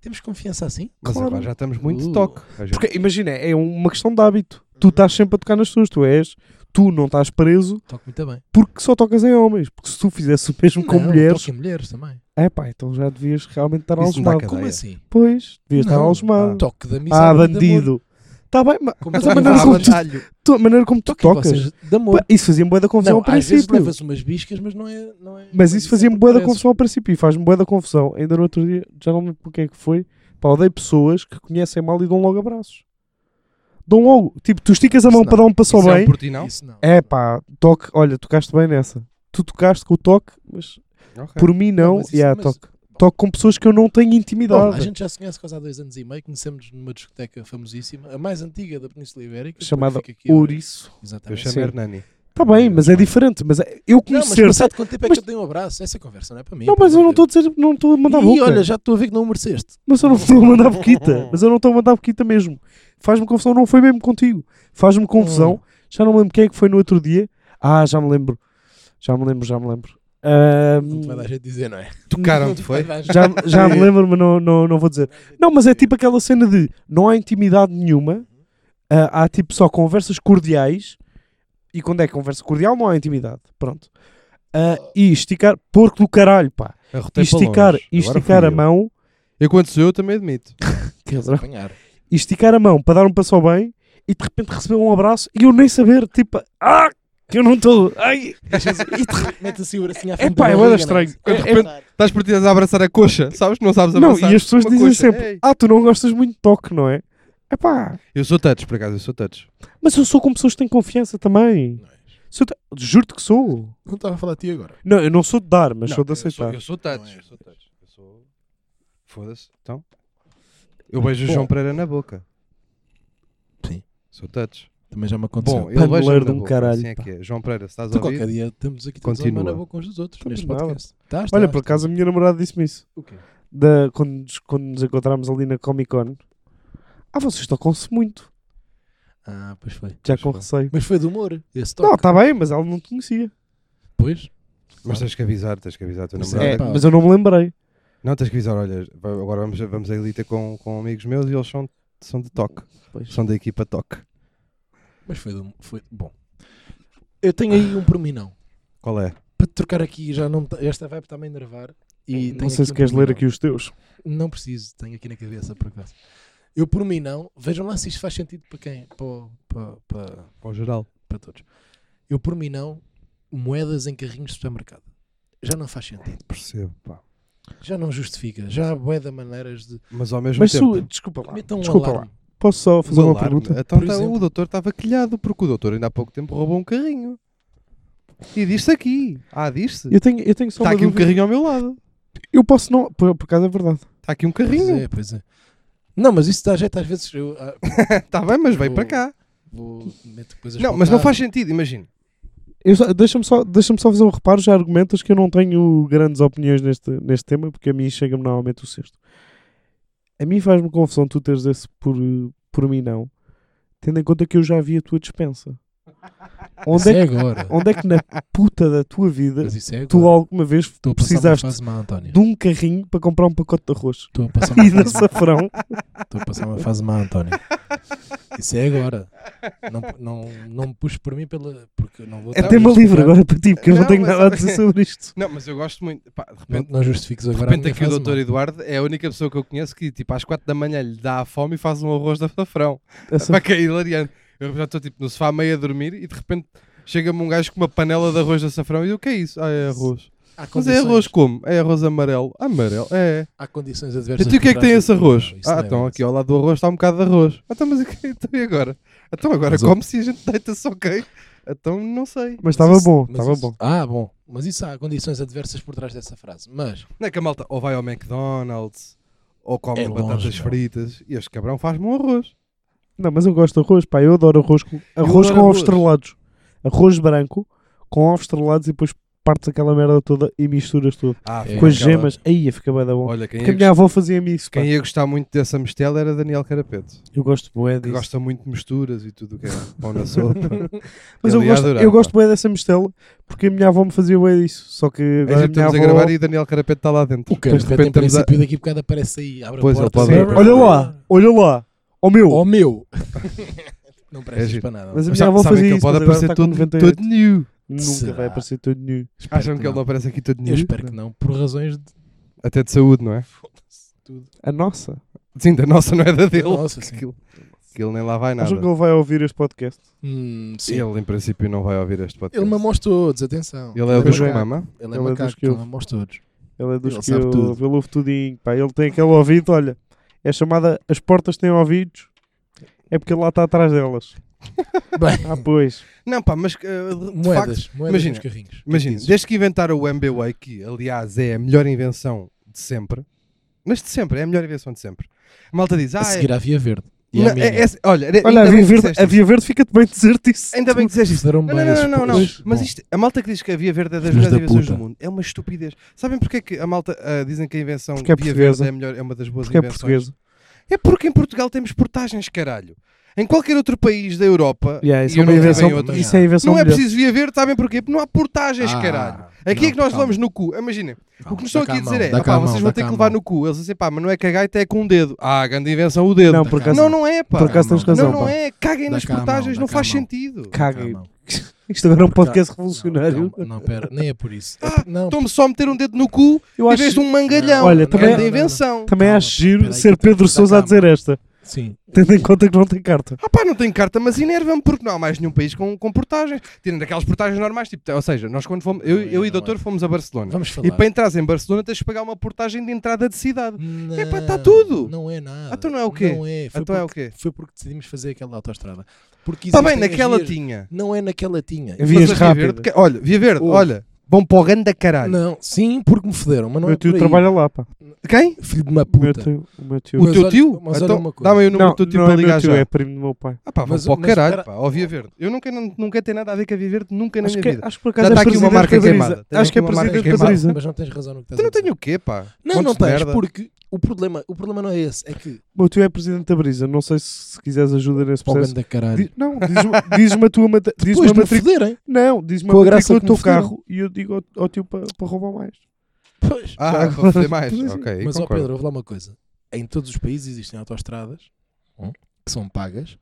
Temos confiança assim? Mas Claro. agora já estamos muito Uh. de toque. A gente- Porque imagina, é uma questão de hábito. Uhum. Tu estás sempre a tocar nas pessoas. Tu és. Tu não estás preso Toco muito bem. porque só tocas em homens. Porque se tu fizesse o mesmo com Não, mulheres. toco em mulheres também. É pá, então já devias realmente estar Isso me dá algemado. cadeia. Como Ideia. assim? Pois, devias estar Não, algemado. Toque de amizade. Ah, e de é amor. bandido. Está bem, mas, Como mas a toque maneira de como tu, bandalho. é tu- a maneira como tu Toque em tocas. vocês de amor. pá, Isso fazia-me boa da confusão Não, ao às vezes princípio. levas umas biscas, mas não é. Não é Mas isso fazia-me é boa da porque confusão ao princípio e faz-me boa da confusão. Ainda no outro dia, já não me lembro o que é que foi. Pá, odeio pessoas que conhecem mal e dão logo abraços. Dão logo. Tipo, tu esticas a Isso mão não. para dar um passo ao Isso é um bem. por ti, parece. não? Isso não. É pá, toque. Olha, tocaste bem nessa. Tu tocaste com o toque, mas Ok. por mim não. É. mas isso- yeah, mas- toque. toque com pessoas que eu não tenho Bom, a intimidade. gente já se conhece quase há dois anos e meio, conhecemos numa discoteca famosíssima, a mais antiga da Península Ibérica. Chamada que fica aqui a- Ouriço. Eu Exatamente. chamo- chamo Sim. Hernani. Está bem, mas é diferente. Mas é- eu Não, mas conhecer. passado quanto tempo é mas- que eu tenho um abraço? Essa conversa não é para mim. Não, mas eu não estou a dizer, não estou a mandar E boca. olha, já estou a ver que não o mereceste. Mas eu não estou a mandar Uhum. boquita. Mas eu não estou a mandar boquita mesmo. Faz-me confusão, não foi mesmo contigo. Faz-me Hum. confusão. Já não me lembro quem é que foi no outro dia. Ah, já me lembro. Já me lembro, já me lembro. Ahm, Não te vai dar jeito de dizer, não é? Tocaram-te, foi? Vai dar Hum. já, já me lembro, mas não, não, não vou dizer. Não, mas é tipo aquela cena de não há intimidade nenhuma. Ah, há tipo só conversas cordiais. E quando é conversa cordial, não há intimidade. Pronto. Ah, e esticar, porco do caralho, pá. E Arrotei para esticar, longe. e Agora esticar fui a eu. mão. Eu, quando sou eu, também admito. Que jeito de apanhar. e esticar a mão para dar um passo ao bem e de repente receber um abraço e eu nem saber, tipo, ah, que eu não estou, ai, e de repente- Mete assim o bracinho é à frente pá, da é bué barriga, estranho. não é? É- é- Estás partidas a abraçar a coxa, sabes? que Não sabes não, abraçar. e as pessoas uma dizem coxa. sempre, Ei. ah, tu não gostas muito de toque, não é? É pá, Eu sou touch, por acaso, eu sou touch. mas eu sou com pessoas que têm confiança também. Não és. Se eu te- Juro-te que sou. Não estava a falar a ti agora. Não, eu não sou de dar, mas Não, sou de eu sou- aceitar. Eu sou touch. Não é. Eu sou touch. Eu sou. Foda-se. Então. Eu beijo o João Pereira na boca. Sim. Sou touch. Também já me aconteceu. Bom, ele beija paneleiro na de um boca. caralho, Assim é pá. que é. João Pereira, se estás a Tu ouvir? Então qualquer dia estamos aqui todos Continua. a mandar com uns dos outros Estamos neste nada. podcast. Estás, Olha, estás. por acaso a minha namorada disse-me isso. O quê? Da, quando, nos- quando nos encontramos ali na Comic Con. Ah, vocês tocam-se muito. Ah, pois foi. Já Pois com foi. receio. Mas foi de humor. Esse toque. Não, está bem, mas ela não te conhecia. Pois. Mas tens que avisar, tens que avisar a tua Mas namorada. É, pá. mas eu não me lembrei. Não, tens que avisar, olha, vai- agora vamos, vamos à elite com, com amigos meus e eles são, são de toque. São da equipa toque. Mas foi, de um- foi bom. Eu tenho aí um por mim não. Qual é? Para te trocar aqui, já não me tá- esta vai está-me a enervar. E não tenho sei aqui se um queres por mim ler não. aqui os teus. Não preciso, tenho aqui na cabeça por acaso. Eu por mim não. Vejam lá se isto faz sentido para quem? Para, o- para, para, Para o geral. para todos. Eu por mim não. Moedas em carrinhos de supermercado. Já não faz sentido. Percebo, pá. Já não justifica. Já há bué de maneiras de... Mas ao mesmo Mas tempo. tu, desculpa lá. Metam um desculpa alarme. lá. Posso só fazer Um uma alarme. pergunta? Então Por tá- exemplo. o doutor estava quilhado, porque o doutor ainda há pouco tempo roubou um carrinho. E diz-se aqui. Ah, diz-se. Eu tenho, eu tenho só Está uma aqui um dúvida. carrinho ao meu lado. Eu posso não... Por, por acaso é verdade. Está aqui um Pois carrinho. é, pois é. Não, mas isso dá jeito às vezes. Eu ah, Está Tá bem, mas veio Eu- para cá. vou meter coisas Não, para o mas não carro. faz sentido, imagina. Eu só- Deixa-me só, deixa só fazer um reparo. Já argumentas que eu não tenho grandes opiniões neste, neste tema, porque a mim chega-me normalmente o sexto. A mim faz-me confusão tu teres esse por, por mim não, tendo em conta que eu já vi a tua dispensa. Onde Isso é, é que, agora. onde é que na puta da tua vida Mas isso é agora. tu alguma vez Estou a passar precisaste uma fase má, António. de um carrinho para comprar um pacote de arroz? Estou a passar E uma de fase má. açafrão? Estou a passar uma fase má, António. Isso é agora. Não, não, não me puxes por mim pela... porque eu não vou É estar a tema justificar- livre agora para ti, porque eu não Não, tenho mas- nada a dizer sobre isto. Não, mas eu gosto muito. Pá, de Não, repente, não justifiques de agora repente a minha aqui o fase doutor má. Eduardo é a única pessoa que eu conheço que, tipo, às 4 da manhã lhe dá a fome e faz um arroz de açafrão. Essa- Pá, que é hilariante. Eu já estou, tipo, no sofá meio a dormir e de repente chega-me um gajo com uma panela de arroz de açafrão e eu, o que é isso? Ah, é arroz. Há Mas é condições- arroz como? É arroz amarelo. Amarelo, é. Há condições adversas. Então, e o que é que por tem trás esse disso. arroz? Não, isso Ah, não é então bom. aqui ao lado do arroz está um bocado de arroz. Ah, Então, mas e que- então e agora? Então agora Mas o- come-se e a gente deita-se, ok? Então não sei. Mas estava isso- bom, mas estava isso- bom. Ah, bom. Mas isso há condições adversas por trás dessa frase. Mas Não é que a malta ou vai ao McDonald's ou come É longe, batatas meu. fritas e este cabrão faz-me um arroz. Não, mas eu gosto de arroz, pá, eu adoro arroz com, arroz adoro com ovos arroz. estrelados. Arroz branco com ovos estrelados e depois partes aquela merda toda e misturas tudo. Ah, É, com as aquela- gemas, aí fica bem da bom. Olha, quem Porque ia, a minha avó fazia-me isso, gostar- pá. quem é ia gostar muito dessa mistela era Daniel Carapeto, Eu gosto bué que disso. gosta muito de misturas e tudo o que é pão na sopa. Mas Ele eu ia gosto, adorar, eu pá. gosto bem dessa mistela porque a minha avó me fazia bem disso. Só que Aí já agora a minha estamos a avó... gravar e Daniel Carapeto está lá dentro. o que Depois, de repente, em estamos a- princípio, daqui a bocado aparece aí. Abre Pois, a ele porta. assim, pode- abre- Olha lá, olha lá. Ó meu. Ó oh, meu! Não prestes É giro. para nada. Mas a Mas minha avó sabem que fazia ele isso, pode mas aparecer agora está com todo, 98. todo nu. Nunca Será? vai aparecer todo nu. Espero Acham que ele não aparece aqui todo nu? Eu espero que não, por razões de Até de saúde, não é? tudo. A nossa. Sim, da nossa não é da dele. Nossa, sim. aquilo, aquilo nem lá vai nada. Acham que ele vai ouvir este podcast? Hum, sim. Ele, Ele, em princípio, não vai ouvir este podcast. mamou todos, atenção. Ele é o Ele dos que é- mama. Ele Ele é é dos macaco, que ele ouve. mamou todos. Ele é dos Ele que sabe eu, tudo. ele ouve tudinho. Pá. Ele tem aquele ouvido, olha. É chamada As Portas Têm Ouvidos. É porque ele lá está atrás delas. Bem, Ah, pois. Não, pá, mas eh, de facto, moedas, moedas imagina, nos carrinhos. O que é que imagina, dizes? desde que inventaram o MBWay, que aliás é a melhor invenção de sempre, mas de sempre, é a melhor invenção de sempre. A malta diz, a ah, é, seguir à Via Verde. não, é- é- olher, ainda Olha, a bem Via, que Verde, disseste a Via Verde fica-te bem dizer-te isto. isso. Ainda bem que disseste isto. Fizeram Não, bem não, não, esses- não, não, esses- Mas bom, isto, a malta que diz que a Via Verde é das Filhos melhores da invenções do puta. mundo é uma estupidez. Sabem porque é que a malta ah, dizem que a invenção Porque é Via Verde portuguesa. é, a melhor, é uma das boas Porque é invenções? portuguesa. É porque em Portugal temos portagens, caralho. Em qualquer outro país da Europa, Yeah, isso, e é eu uma não digo invenção, bem outros, isso é a invenção não é melhor. preciso Via Verde, sabem porquê? Porque não há portagens, Ah, caralho. Aqui é que não, nós calma, levamos no cu. Imaginem, o calma, que nos estão dá aqui a cá dizer é, mão, dá "Ah, cá pá, a mão, vocês vão dá ter cá que a levar mão." no cu. Eles dizem, pá, mas não é que a gaita é com um dedo. Ah, a grande invenção, o dedo. Não, por Dá acaso. Não, não é, pá. Por acaso tens razão. Não, não pá. é. Caguem Dá nas cá a mão, portagens, dá não cá faz a mão. sentido. Caga. Calma. Isto agora é um podcast Não, revolucionário. calma, não, pera, nem é por isso. É Ah, por- não, Estão-me só a meter um dedo no cu Eu em acho, vez de um mangalhão. Olha, Olha, também- também. Grande invenção. também Calma, acho giro peraí, ser que eu Pedro tenho que Sousa a dar dizer esta, sim. tendo em conta que não tem carta. Ah pá, não tenho carta, mas enerva-me porque não há mais nenhum país com, com portagens. Tirando aquelas portagens normais, tipo, ou seja, nós quando fomos, eu, Não é, eu e o não doutor é. fomos a Barcelona. Vamos falar. E para entrares em Barcelona tens de pagar uma portagem de entrada de cidade. Não, Epá, tá tudo. Não é nada. Ah, então não é o quê? Não é. Foi, Então é o porque, quê? foi porque decidimos fazer aquela autoestrada. Porque Está bem, existem as naquela vias- tinha. Não é naquela tinha. Havia- Mas Vias a Via Verde, rápidas. que- olha, Via Verde, Oh. olha, bom para o grande da caralho. Não, sim, porque me federam, mas não é meu tio por aí. trabalha lá, pá. Quem? Filho de uma O meu puta. tio. O meu tio. Mas O teu olha- tio? mas olha então, uma coisa. dá-me aí o número não, do teu tio não para é meu ligar tio, já. é primo do meu pai. Ah pá, vão Mas- para o mas caralho, espera- pá, ó Via Verde. Eu nunca, não, nunca tenho nada a ver com a Via Verde, nunca na Acho minha que, ah, vida. acho que por acaso Já é tá aqui uma presidente marca da Brisa. queimada. Tem Acho que é aqui uma marca presidente da queimada. Brisa. Mas não tens razão no que estás Tu a não dizer. tenho o quê, pá? Não, Montes não de tens, merda. porque o problema, o problema não é esse. É que. O meu tio é presidente da Brisa. Não sei se, se quiseres ajuda nesse Pô, processo. da caralho. Diz, não, diz- diz-me a tua mata- diz-me Depois a me matrícula. federem. Não, diz-me a Com a graça matrícula do que teu me fizeram. carro e eu digo ao, ao tio para para roubar mais. Pois. Ah, Já vou fazer agora- mais. Pois é. Ok, aí Mas, ó concordo. Pedro, vou lá uma coisa. Em todos os países existem autoestradas hum, que são pagas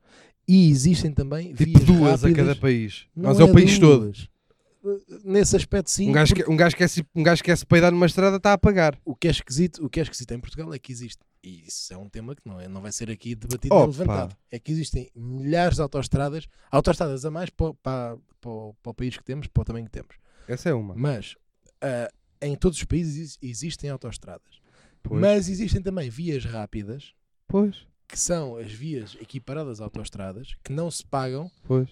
e existem também Tipo vias duas a rápidas. cada país. Não Mas é o país todo. duas. Nesse aspecto, sim. Um gajo, porque que, um, gajo que é, um gajo que é se peidar numa estrada está a pagar. o, que é esquisito, o que é esquisito em Portugal é que existe. E isso é um tema que não, é, não vai ser aqui debatido nem Opa. levantado. É que existem milhares de autoestradas, autoestradas a mais para, para, para, o- para o país que temos, para o tamanho que temos. Essa é uma. Mas ah, em todos os países exi- existem autoestradas. Pois. Mas existem também vias rápidas, Pois, que são as vias equiparadas a autoestradas, que não se pagam. pois.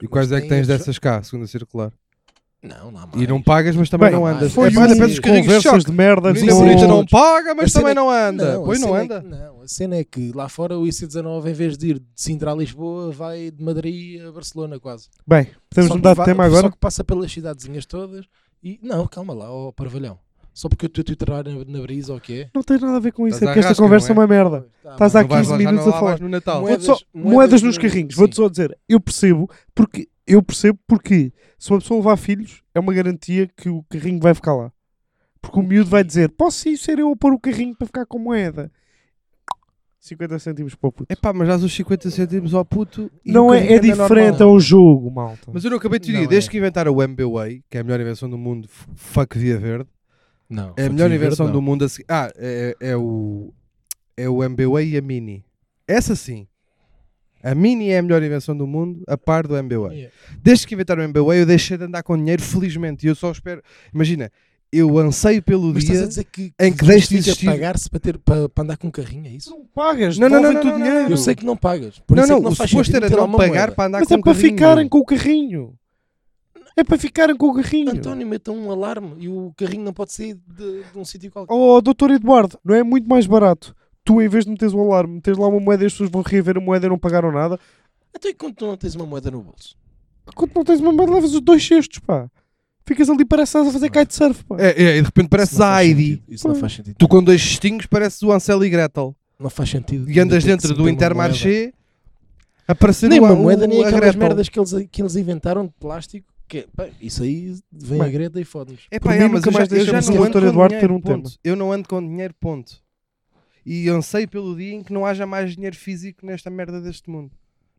E Mas quais é que tem tens as- dessas cá, segunda circular? Não, não há mais. E não pagas, mas também Bem, não andas. foi é, pá, um- olha, peço os carrinhos de conversas choque. de merda. Menina com- bonita não paga, A mas cena também é- não anda. a pois não cena é anda. que- não, a cena é que lá fora o IC19, em vez de ir de Sintra a Lisboa, vai de Madrid a Barcelona quase. Bem, podemos um Só que mudar de vai- tema Só agora? que passa pelas cidadezinhas todas e... Não, calma lá, ó Parvalhão. só porque eu estou a twitterar na, na brisa ou o quê? Não tem nada a ver com isso, Estás é porque à esta rasca, conversa é não uma merda. Tá, Estás mas há Não vais 15 lá, já minutos não a lá falar. é- vais no Natal. Moedas- Vou-te só, moedas moedas, no- nos carrinhos, vou-te sim. só dizer, eu percebo porque eu percebo porque se uma pessoa levar filhos é uma garantia que o carrinho vai ficar lá. Porque o miúdo vai dizer, posso sim ser eu a pôr o carrinho para ficar com moeda. 50 cêntimos para o puto. É pá, mas dás os 50 centimos ao puto e o não é, carrinho é anda normal. diferente, é um jogo, malta. Mas eu não acabei de te Não dizer, é. desde que inventaram o MBWay, que é a melhor invenção do mundo, f- fuck Via Verde, Não, é a melhor invenção do mundo a seguir. Ah, é, é o. É o MBWay e a Mini. Essa sim. A Mini é a melhor invenção do mundo, a par do MBWay. Desde que inventaram o MBWay, eu deixei de andar com dinheiro, felizmente. E eu só espero. Imagina, eu anseio pelo Mas estás a dia. dizer que, em que deixe de justifica existir- pagar-se para, ter, para, para andar com um carrinho, é isso? não pagas, Não, não, não, devolvem-te o não, não, dinheiro. Eu sei que não pagas. Por não, isso é não, que não o faz suposto sentido era ter não uma pagar moeda. para andar Mas com é um para carrinho. ficarem com o carrinho. É para ficarem com o carrinho. António, meta um alarme e o carrinho não pode sair de, de um sítio qualquer. Oh, doutor Eduardo, não é muito mais barato? Tu, em vez de meteres o alarme, meteres lá uma moeda e as pessoas vão reaver a moeda e não pagaram nada. Até Então, quando tu não tens uma moeda no bolso? Quando não tens uma moeda, levas os dois cestos, pá. Ficas ali, parece que estás a fazer kitesurf, pá. É, é, e de repente pareces Isso não a faz Heidi. sentido. Isso não faz sentido. Tu com dois cestinhos pareces o Ansel e Gretel. Não faz sentido. E andas Ainda tem que dentro se do meter uma Intermarché moeda. aparecendo Nem o- uma o- moeda, nem a aquelas Gretel. merdas que eles, que eles inventaram de plástico. Que, é- pá, isso aí vem a greta e fodes É Por pá, mim, é, mas nunca eu já, mais eu já deixamos não o ando com Dr. Eduardo dinheiro, ter um ponto. tema. Eu não ando com dinheiro, ponto. E anseio pelo dia em que não haja mais dinheiro físico nesta merda deste mundo.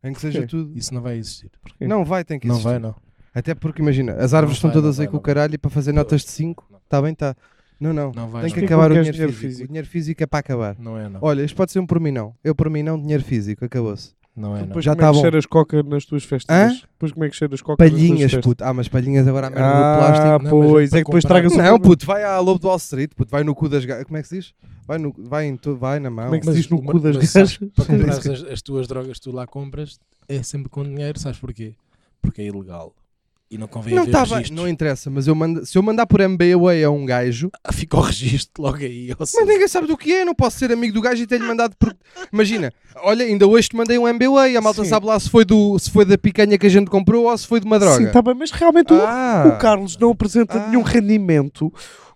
Em que seja Porquê? tudo. Isso não vai existir. Porquê? Não vai, tem que Não existir. vai, não. Até porque, imagina, as árvores Não estão vai, todas não aí vai, com o não vai. caralho e para fazer notas de 5, está bem, está. Não, não. Não vai, Tem que não. acabar o Porquê dinheiro que não queres dinheiro físico. O físico? dinheiro físico é para acabar. não. Não é, não. Olha, isto pode ser um por mim não. Eu por mim não, dinheiro físico, acabou-se. Não é, não. Depois Já como é tá que bom. cheiras coca nas tuas festas? Depois como é que cheiras coca nas Palhinhas, tuas festas? puto. Ah, mas palhinhas agora a merda do plástico. Ah, plástico, não, mas pois, para é que depois comprar- tragas o Não, um puto, vai à Lobo do Wall Street, puto, vai no cu das gajas. Como é que se diz? Vai, no, vai, em tu- vai na mão. assim. Como é que se Mas diz no uma- cu das mas gajas? Para comprar as, as tuas drogas que tu lá compras, é sempre com dinheiro, sabes porquê? Porque é ilegal. E não convém Não, haver tá bem, registros. não interessa, mas eu mando, se eu mandar por MBWay a um gajo, Ah, Fica o registro logo aí. ou mas seja, ninguém sabe do que é, eu não posso ser amigo do gajo e ter-lhe mandado por... Imagina, olha, ainda hoje te mandei um MBWay, a malta Sim. sabe lá se foi, do, se foi da picanha que a gente comprou ou se foi de uma droga. Sim, tá, está bem, mas realmente o- Ah. o Carlos não apresenta Ah. nenhum rendimento.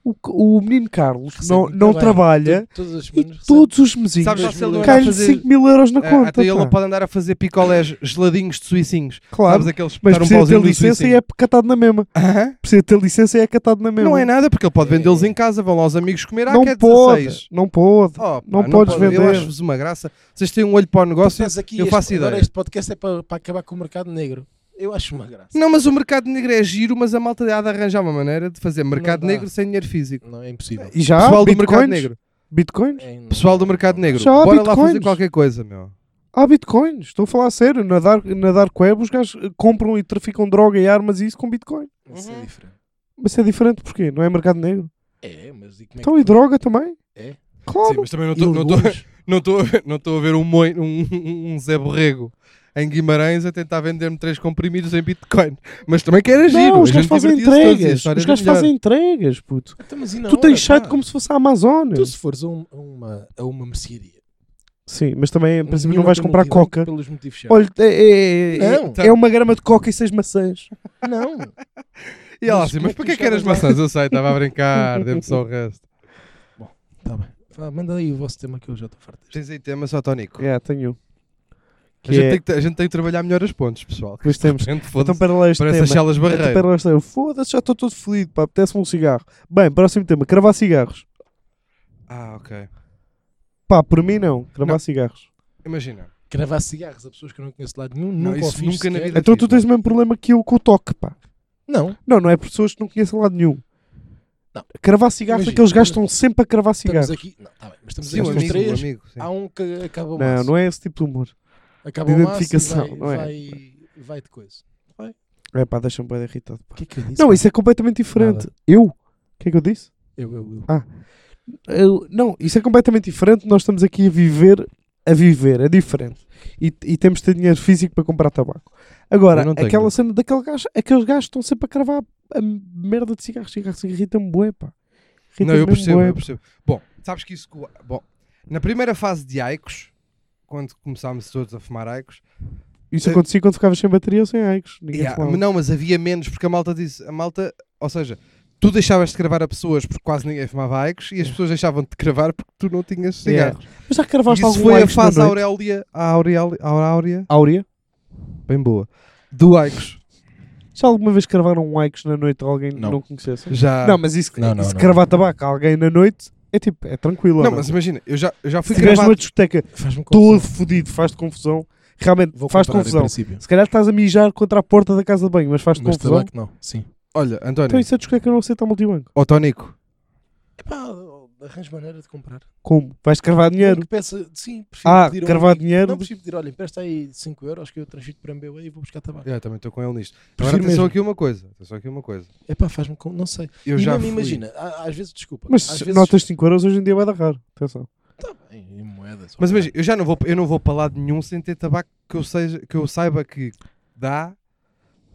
O, o menino Carlos recebe não, muito não bem. trabalha Tu- Todas as e semanas recebe. todos os mesinhos Sabes lá se ele não anda a cai-lhe fazer... 5 mil euros na Ah, conta. até ele não pá. pode andar a fazer picolés geladinhos de suicinhos. Claro, Sabes aqueles que mas botaram um precisa ter pauzinho do licença e suicinho? é catado na mesma. Aham. Precisa ter licença e é catado na mesma. Não é nada, porque ele pode vendê-los em casa, vão lá os amigos comer, ah, Não que é pode, 16. não pode. Oh, pá, Não podes pode. Eu vender. acho-vos uma graça. Vocês têm um olho para o Tu negócio. estás aqui eu este- faço Agora ideia. este podcast é para, para acabar com o mercado negro. Eu acho uma graça. Não, mas o mercado negro é giro, mas a malta há de arranjar uma maneira de fazer mercado dá. negro sem dinheiro físico. Não, é impossível. E já, Pessoal do Ah, bitcoins, mercado negro. Bitcoins? É- não- Pessoal do mercado não- negro. Já há Bora lá bitcoins. fazer qualquer coisa, meu. Há Ah, bitcoins, estou a falar a sério. Na Dark, na dark Web os gajos eh, compram e traficam droga e armas e isso com bitcoin. Isso é Uhum. diferente. Mas é diferente porquê? Não é mercado negro. É, mas e como é que- Então e droga também? É? Claro. mas também não E legumes? estou a ver um, moi- um- um Zé Borrego em Guimarães a tentar vender-me três comprimidos em Bitcoin. Mas também que era giro. Não, os a gajos gente fazem divertia-se todos, e a entregas. história Os era gajos melhor. é fazem entregas, puto. Então, mas e na Tu tens hora, site pá? como se fosse a Amazônia. Tu se fores a, um- a uma, a uma mercearia. um Sim, mas também em princípio nenhuma não vais tem comprar multibanco coca. Pelos motivos certos. Olha, é, é, é- Não. tá. é uma grama de coca e seis maçãs. Não. E ela Mas assim, como é mas que para que é tu que eras chegavas maçãs? Eu sei, estava a brincar, dê-me só o resto. Tá bem. Vá, manda aí o vosso tema que eu já estou farto. deste. Tens aí tema só, Tónico. É, tenho. A Que gente, é, tem que, a gente tem que trabalhar melhor as pontes, pessoal. Pois temos. Gente, foda-se. Então para lá este Parece as tema. celas Então, barreiras. para lá este tema. Foda-se, já estou todo fodido, pá. Apetece-me um cigarro. Bem, próximo tema. Cravar cigarros. Ah, ok. Pá, por mim não. Cravar Não. cigarros. Imagina. Cravar cigarros a pessoas que eu não conheço de lado nenhum. Não, nunca isso o fiz nunca na sequer. vida. Então tu tens o mesmo problema que eu com o toque, pá. Não. Não, não é por pessoas que não conhecem lado nenhum. Não. Cravar cigarros, é Imagina, aqueles gajos estamos- estão sempre a cravar Estamos cigarros. aqui. Não, tá bem. Mas estamos Sim, um aqui os amigo, um três. amigo. sim. Há um que acaba o Não, maço. não é esse tipo de humor. Acaba de o maço e identificação, vai, não é? Vai, vai de coisa. É pá, deixa-me bem irritado. O Pá. que é que eu disse? Não, isso é completamente diferente. Nada. Eu? O que é que eu disse? Eu, eu, eu. Eu- não, isso é completamente diferente. Nós estamos aqui a viver, a viver, é diferente. E, e temos de ter dinheiro físico para comprar tabaco. Agora, Eu não tenho. aquela cena daquele gajo, aqueles gajos estão sempre a cravar a merda de cigarros. Cigarros irritam-me bué, pá. Irritam-me Não, eu mesmo percebo, bué, eu pá. percebo. Bom, sabes que isso. co- Bom, na primeira fase de Aicos, quando começámos todos a fumar Aicos, Isso Eh, acontecia quando ficavas sem bateria ou sem aicos. Ninguém yeah, falava. não, mas havia menos, porque a malta disse, a malta, ou seja, tu deixavas de cravar a pessoas porque quase ninguém fumava Icos e as pessoas deixavam de cravar porque tu não tinhas Yeah. cigarros. Mas já cravaste Isso algum foi a Icos na fase noite? aurélia, a aurélia, a aurélia, Áurea? bem boa, do Icos. Já alguma vez cravaram um Icos na noite a alguém que Não. não, conhecesse? Já. Não, mas isso, Não, não, isso não. cravar tabaco a alguém na noite é tipo, é tranquilo. ou Não, não? mas imagina, eu já, eu já se fui estiveres cravado. numa discoteca Faz-me todo confusão. fodido, faz-te confusão. Realmente, Vou faz-te comprar em confusão. princípio. Se calhar estás a mijar contra a porta da casa de banho, mas faz-te Mas confusão. tabaco não. Sim. Olha, Então António, isso é discoteca não aceita multibanco. ó Tónico, Epá, arranjo maneira de comprar. Como? Vais cravar dinheiro? Ou que peça- sim, prefiro Ah, pedir a um cravar amigo. dinheiro? Não, prefiro pedir, olha, empresta aí 5 euros que eu transfiro para MBA e vou buscar tabaco. eu É, também estou com ele nisto. Agora Prefiro atenção mesmo. aqui uma coisa, atenção aqui uma coisa. Epá, faz-me com... Não sei. Eu e já mesmo fui- imagina, a- às vezes, desculpa. Mas às se vezes, notas 5 euros hoje em dia vai dar raro. Atenção. Tá bem, em moedas. Mas ok. imagina, eu já não vou, eu não vou para lado nenhum sem ter tabaco que eu, seja, que eu saiba que dá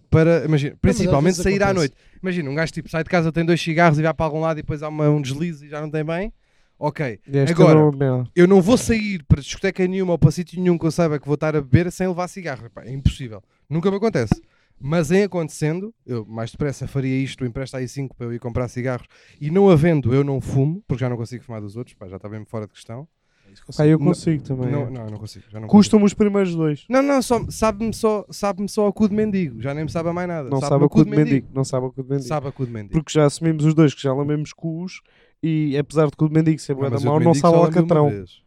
para, imagina, mas às principalmente vezes sair à acontece. noite. Imagina, um gajo tipo sai de casa, tem dois cigarros e vai para algum lado e depois há uma- um deslize e já não tem bem. Ok, Esta Agora- não é uma merda. eu não vou sair para discoteca nenhuma ou para sítio nenhum que eu saiba que vou estar a beber sem levar cigarro. Epá, é impossível. Nunca me acontece. Mas em acontecendo, eu mais depressa faria isto, empresta aí 5 para eu ir comprar cigarros e não havendo, eu não fumo, porque já não consigo fumar dos outros, pá, já está bem fora de questão. É isso que eu sei. Ah, eu Não- consigo também. Não, é. não, eu não consigo. Já não consigo. Custam-me os primeiros dois. Não, não, só, sabe-me só, sabe só ao cu de mendigo. Já nem me sabe a mais nada. Não Sabe-me sabe ao a cu de mendigo. Não sabe a cu de mendigo. Sabe a cu de mendigo. Porque já assumimos os dois que já lambemos cus e apesar de cu de mendigo ser boa da Ah, mas eu mão, de não mendigo sabe só ao lembro uma alcatrão. vez.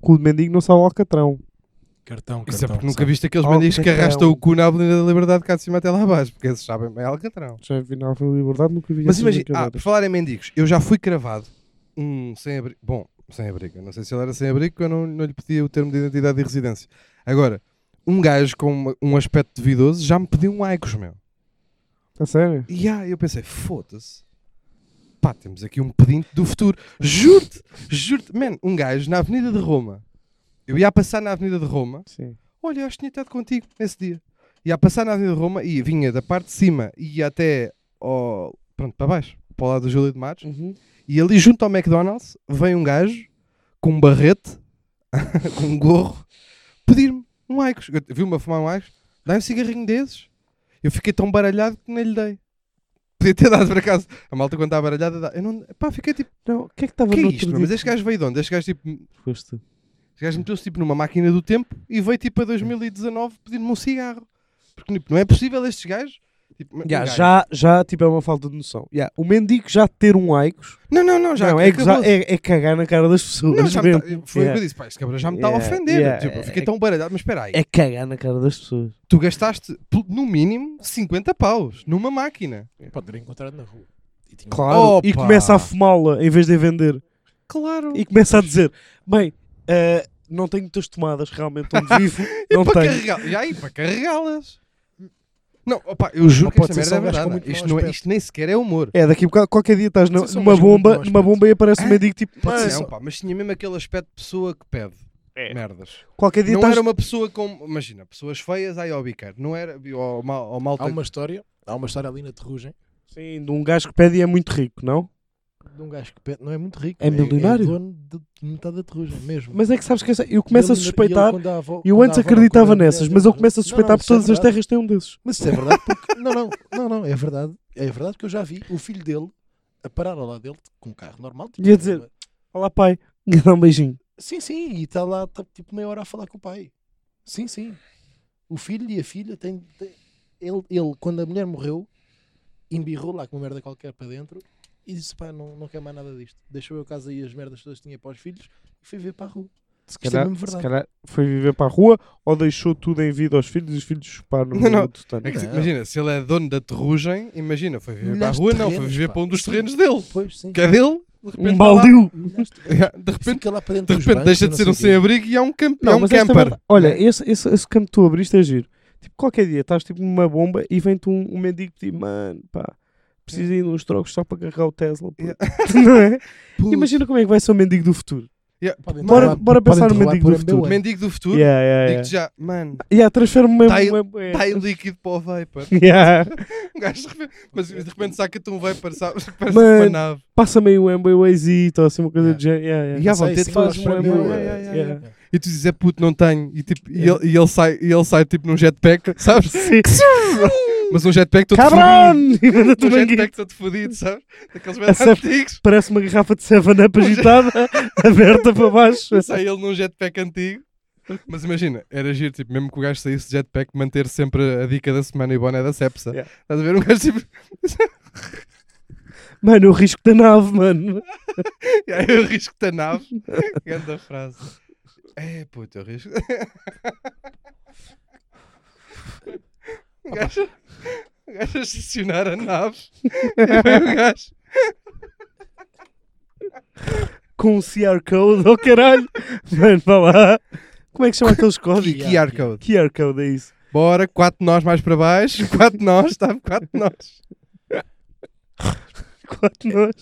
Cu de mendigo não sabe ao alcatrão. Cartão, cartão. Isso é porque nunca sabe? viste aqueles Alcatrão. mendigos que arrastam o cu na Avenida da Liberdade cá de cima até lá abaixo. Porque esses sabem bem alcatrão. Já vi na Alfa Liberdade, nunca vi tipo Mas essas imagina, ah, por brincadeiras. falar em mendigos, eu já fui cravado um sem-abrigo. Bom, sem-abrigo. Eu Não sei se ele era sem-abrigo, porque eu não, não lhe pedia o termo de identidade e residência. Agora, um gajo com uma- um aspecto duvidoso já me pediu um Icos, meu. A sério? E aí eu pensei, foda-se. Pá, temos aqui um pedinte do futuro. Juro-te, juro-te. Man, um gajo na Avenida de Roma. Eu ia a passar na Avenida de Roma. Sim. Olha, eu acho que tinha estado contigo nesse dia. Ia a passar na Avenida de Roma e vinha da parte de cima e ia até ao, pronto, para baixo, para o lado do Júlio de Matos. Uhum. E ali junto ao McDonald's vem um gajo com um barrete, com um gorro, pedir-me um Aicos. Eu- Viu-me a fumar um Aicos, dá-me um cigarrinho desses. Eu fiquei tão baralhado que nem lhe dei. Podia ter dado para casa. A malta quando está baralhada dá. Eu não... Pá, fiquei tipo, Não, o que é que estava que é no isto? meu? Mas este gajo veio de onde? Este gajo, tipo, este Foste. gajo meteu-se tipo, numa máquina do tempo e veio tipo a 2019 pedir-me um cigarro. Porque tipo, não é possível estes gajos. Tipo, um gajo- já, já, tipo, é uma falta de noção. Yeah, O mendigo já ter um Aicos Não, não, não, já. não, é, acabou. gozar- é- é cagar na cara das pessoas. Não, já me tá- mesmo. foi o que é. Yeah. eu disse, pá, este cabrão já me está Yeah, a ofender. yeah, Tipo, eu fiquei é- tão baralhado, mas espera aí, É cagar na cara das pessoas. tu gastaste pelo- no mínimo 50 paus numa máquina. Pode ter encontrado na rua. E tinha- Claro. E Opa! começa a fumá-la em vez de a vender. Claro. E começa a dizer: Bem, eh, não tenho muitas tomadas realmente onde vivo. E não para tenho. carregar, e aí, para carregá-las. Não, opá, eu juro Não que pode esta ser só merda é verdade. um gajo com muito Isto, mau não é, aspecto. isto nem sequer é humor. É, daqui a bocado, qualquer dia estás na- Isso é só um numa gajo com muito bomba, mau numa bomba e aparece um mendigo tipo. Pode ser, "Ah, não, pá, mas tinha mesmo aquele aspecto de pessoa que pede É. merdas. Qualquer dia Não estás. era uma pessoa com. Imagina, pessoas feias, aí ao bicar. Não era. Ou, mal, ou malta. Há uma história, há uma história ali na Terrugem Sim, de um gajo que pede e é muito rico, não? de um gajo que pede- não é muito rico. É milionário? É dono de de metade da Terrugem mesmo. Mas é que sabes que essa- eu começo a Ele- e ele suspeitar. quando a avó- Eu quando antes a avó acreditava quando a mulher nessas, dele- mas eu começo a Não, não, suspeitar porque isso é todas as verdade. terras têm um desses. Mas isso é verdade porque. não, não, não, não, é verdade. É verdade que eu já vi o filho dele a parar ao lado dele com um carro normal. tipo, E a dizer- Olá, pai. Dá um beijinho. Sim, sim, e está lá tá, tipo meia hora a falar com o pai. Sim, sim. O filho e a filha têm. têm- ele, ele, quando a mulher morreu, embirrou lá com uma merda qualquer para dentro e disse: pá, não, não quer mais nada disto. Deixou eu casa e as merdas todas que tinha para os filhos e foi ver para a rua. Se Isto é calhar, mesmo se verdade. calhar foi viver para a rua ou deixou tudo em vida aos filhos e os filhos chuparam no Não, não. meio do tanque. É que se- Não. imagina, se ele é dono da terrugem, imagina, foi viver para a Milhares de rua, não, foi terrenos, viver pá. para um dos terrenos dele. Pois, sim. Que é dele, de repente. Um está lá. baldio. Milhares de- De repente, Fica lá para de dentro dos repente bancos, deixa eu de ser não sei um o quê. sem-abrigo e é um, camp é Não, um mas esta camper. merda- olha, esse, esse, esse campo que tu abriste é giro. Tipo, qualquer dia estás tipo numa bomba e vem-te um, um mendigo e tipo, mano, pá, preciso ir uns trocos só para carregar o Tesla. puto." Não é? Imagina como é que vai ser o mendigo do futuro. Yeah. Podem Bora- derrubar- bora podem pensar no derrubar mendigo por do MBA. futuro. Mendigo do futuro, Yeah, yeah, yeah. digo-te já, mano, Yeah, Transfere-me Tá aí- mesmo. uma- é. está aí líquido para o Viper. Yeah. Um gajo de repente, mas de repente saca-te um Viper, sabes? Parece Mano. uma nave. Passa-me um Amwayzito ou assim, uma coisa do género. Yeah, yeah. E há Não sei, vontade sim, de fazer faz um para mim, MBA, é, yeah, é, yeah, é, yeah. é. E tu dizes, é puto, não tenho. E, tipo, e, ele, e ele sai, e ele sai tipo num jetpack, sabes? Sim. Mas um jetpack todo fodido. Cabrão! E manda-te Um uma guia. jetpack todo fodido, sabes? Daqueles velhos Essa- antigos. Parece uma garrafa de 7-Up agitada, aberta para baixo. Sai ele num jetpack antigo. Mas imagina, era giro, tipo, mesmo que o gajo saísse de jetpack, manter sempre a dica da semana e boné da Cepsa. Yeah. Estás a ver? Um gajo tipo, Mano, o risco da nave, mano. E aí eu risco-te a nave. Grande frase. É, puto, eu risco. O Um gajo, o gajo a estacionar a nave. E vem o gajo. Com um QR Code, oh caralho. Mano, vá lá. Como é que chama aqueles códigos? QR Code. QR Code é isso. Bora, 4 nós mais para baixo. 4 nós, está 4 nós. Quatro nós.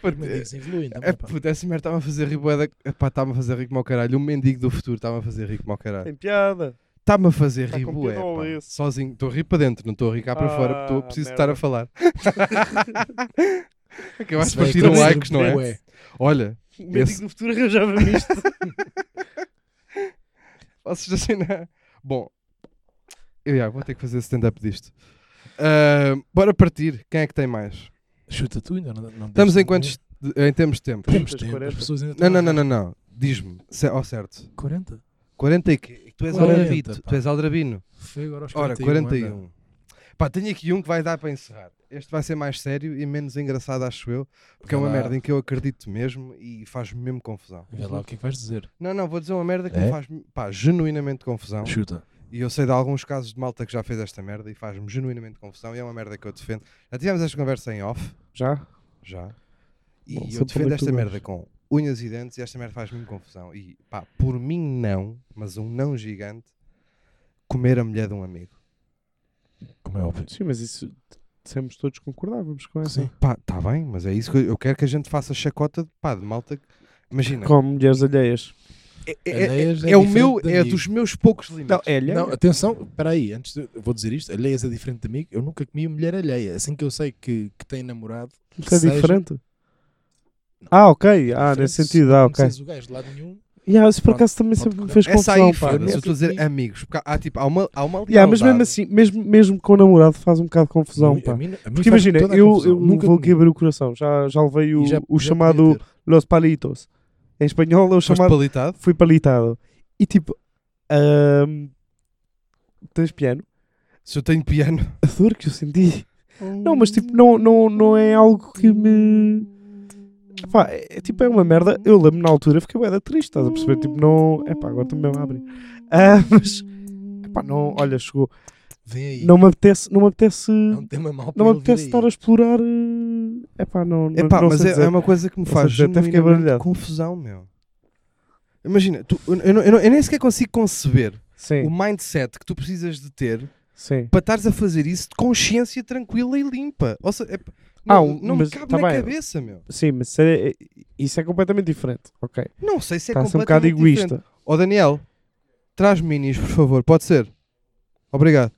Puto, é- Mendigos evoluem também, É pá. puto, essa merda estava a fazer rir boeda. Epá, estava a fazer rir como ao caralho. Um mendigo do futuro estava a fazer rir como ao caralho. Tem piada. Está-me a fazer Tá rir com bué, piada pá. ao esse. Sozinho. Estou a rir para dentro, não estou a rir cá para fora, porque estou preciso Ah, de estar merda. a falar. Acabaste de Isso vai partir um acontecer, likes, não é? bué. Olha, O médico do futuro arranjava-me isto. posso estacionar. assim é? Bom, eu já vou ter que fazer stand-up disto. Ah, bora partir. Quem é que tem mais? Chuta tu ainda, não, não Estamos deste em quantos. Em termos de tempo? Temos 30, tempo, 40. as pessoas ainda Não, estão não, a- não, não, não. Diz-me, ce- ao certo. 40? 40 e quê? Tu és 40, aldrabito. pá. Tu és aldrabino. Foi agora aos Ora, 41. 41. Pá, tenho aqui um que vai dar para encerrar. Este vai ser mais sério e menos engraçado, acho eu, porque é Vai uma lá. merda em que eu acredito mesmo e faz-me mesmo confusão. Vê lá o que é que vais dizer. Não, não, vou dizer uma merda que me É? faz pá, genuinamente confusão. Chuta. E eu sei de alguns casos de malta que já fez esta merda e faz-me genuinamente confusão e é uma merda que eu defendo. Já tivemos esta conversa em off, Já? já. E Bom, eu sempre defendo muito esta bem. merda com unhas e dentes e esta merda faz-me confusão. E pá, por mim não, mas um não gigante, comer a mulher de um amigo. Como é óbvio. Sim, mas isso dissemos todos concordávamos com essa. Sim. Pá, tá bem, mas é isso que eu, eu quero que a gente faça chacota de pá, de malta. que- Imagina, Com mulheres alheias. é, é- é- Alheias é o diferente meu, de é amigo. dos meus poucos limites. Não, é alheia. Não, atenção, espera aí, antes de, eu vou dizer isto, alheias é diferente de mim, eu nunca comi mulher alheia, assim que eu sei que, que tem namorado, Isso é seja- diferente. Ah, ok. Ah, nesse diferente, sentido. Ah, não ok. conheces o gajo de lado nenhum, Yeah, isso por Pronto, acaso também pode sempre me correr. fez Essa aí, confusão, pá. foda-se, eu Yeah. estou a dizer amigos. Porque há- há, tipo, há uma, há uma Yeah, mas mesmo lealdade. assim, mesmo, mesmo com o namorado faz um bocado de confusão, a pá. mim- a mim faz Porque imagina, toda a eu, confusão, eu nunca vou comi. aqui abrir o coração. Já, já levei o, E já- o já chamado podia ter. Los Palitos. Em espanhol é o Foste chamado palitado? Fui Palitado. E tipo, ahm, tens piano? Se eu tenho piano. A dor que eu senti. Não, mas tipo, não, não, não é algo que me. Pá, é, é tipo, é uma merda. Eu lembro na altura, fiquei bué da triste, estás a perceber? Tipo, não. É pá, agora também mesmo a abrir. Ah, mas. Epá, não. Olha, chegou. Vem aí, Não me apetece. Não me apetece. é um tema mau para Não me ele vir apetece aí. estar a explorar. eh, Epá, não. não- É pá, não mas sei é, dizer. é uma coisa que me Não faz sei dizer, até fiquei genuinamente baralhado. confusão, meu. Imagina, tu, eu, eu não- eu não- eu nem sequer consigo conceber Sim, o mindset que tu precisas de ter sim. para estares a fazer isso de consciência tranquila e limpa. Ou seja, é pá, Ah, não, um- não me mas cabe tá na bem. cabeça, meu. Sim, mas isso é, é- isso é completamente diferente. Ok. Não sei se é Está a ser um bocado completamente diferente. egoísta. Ó Daniel, traz minis, por favor, pode ser? Obrigado.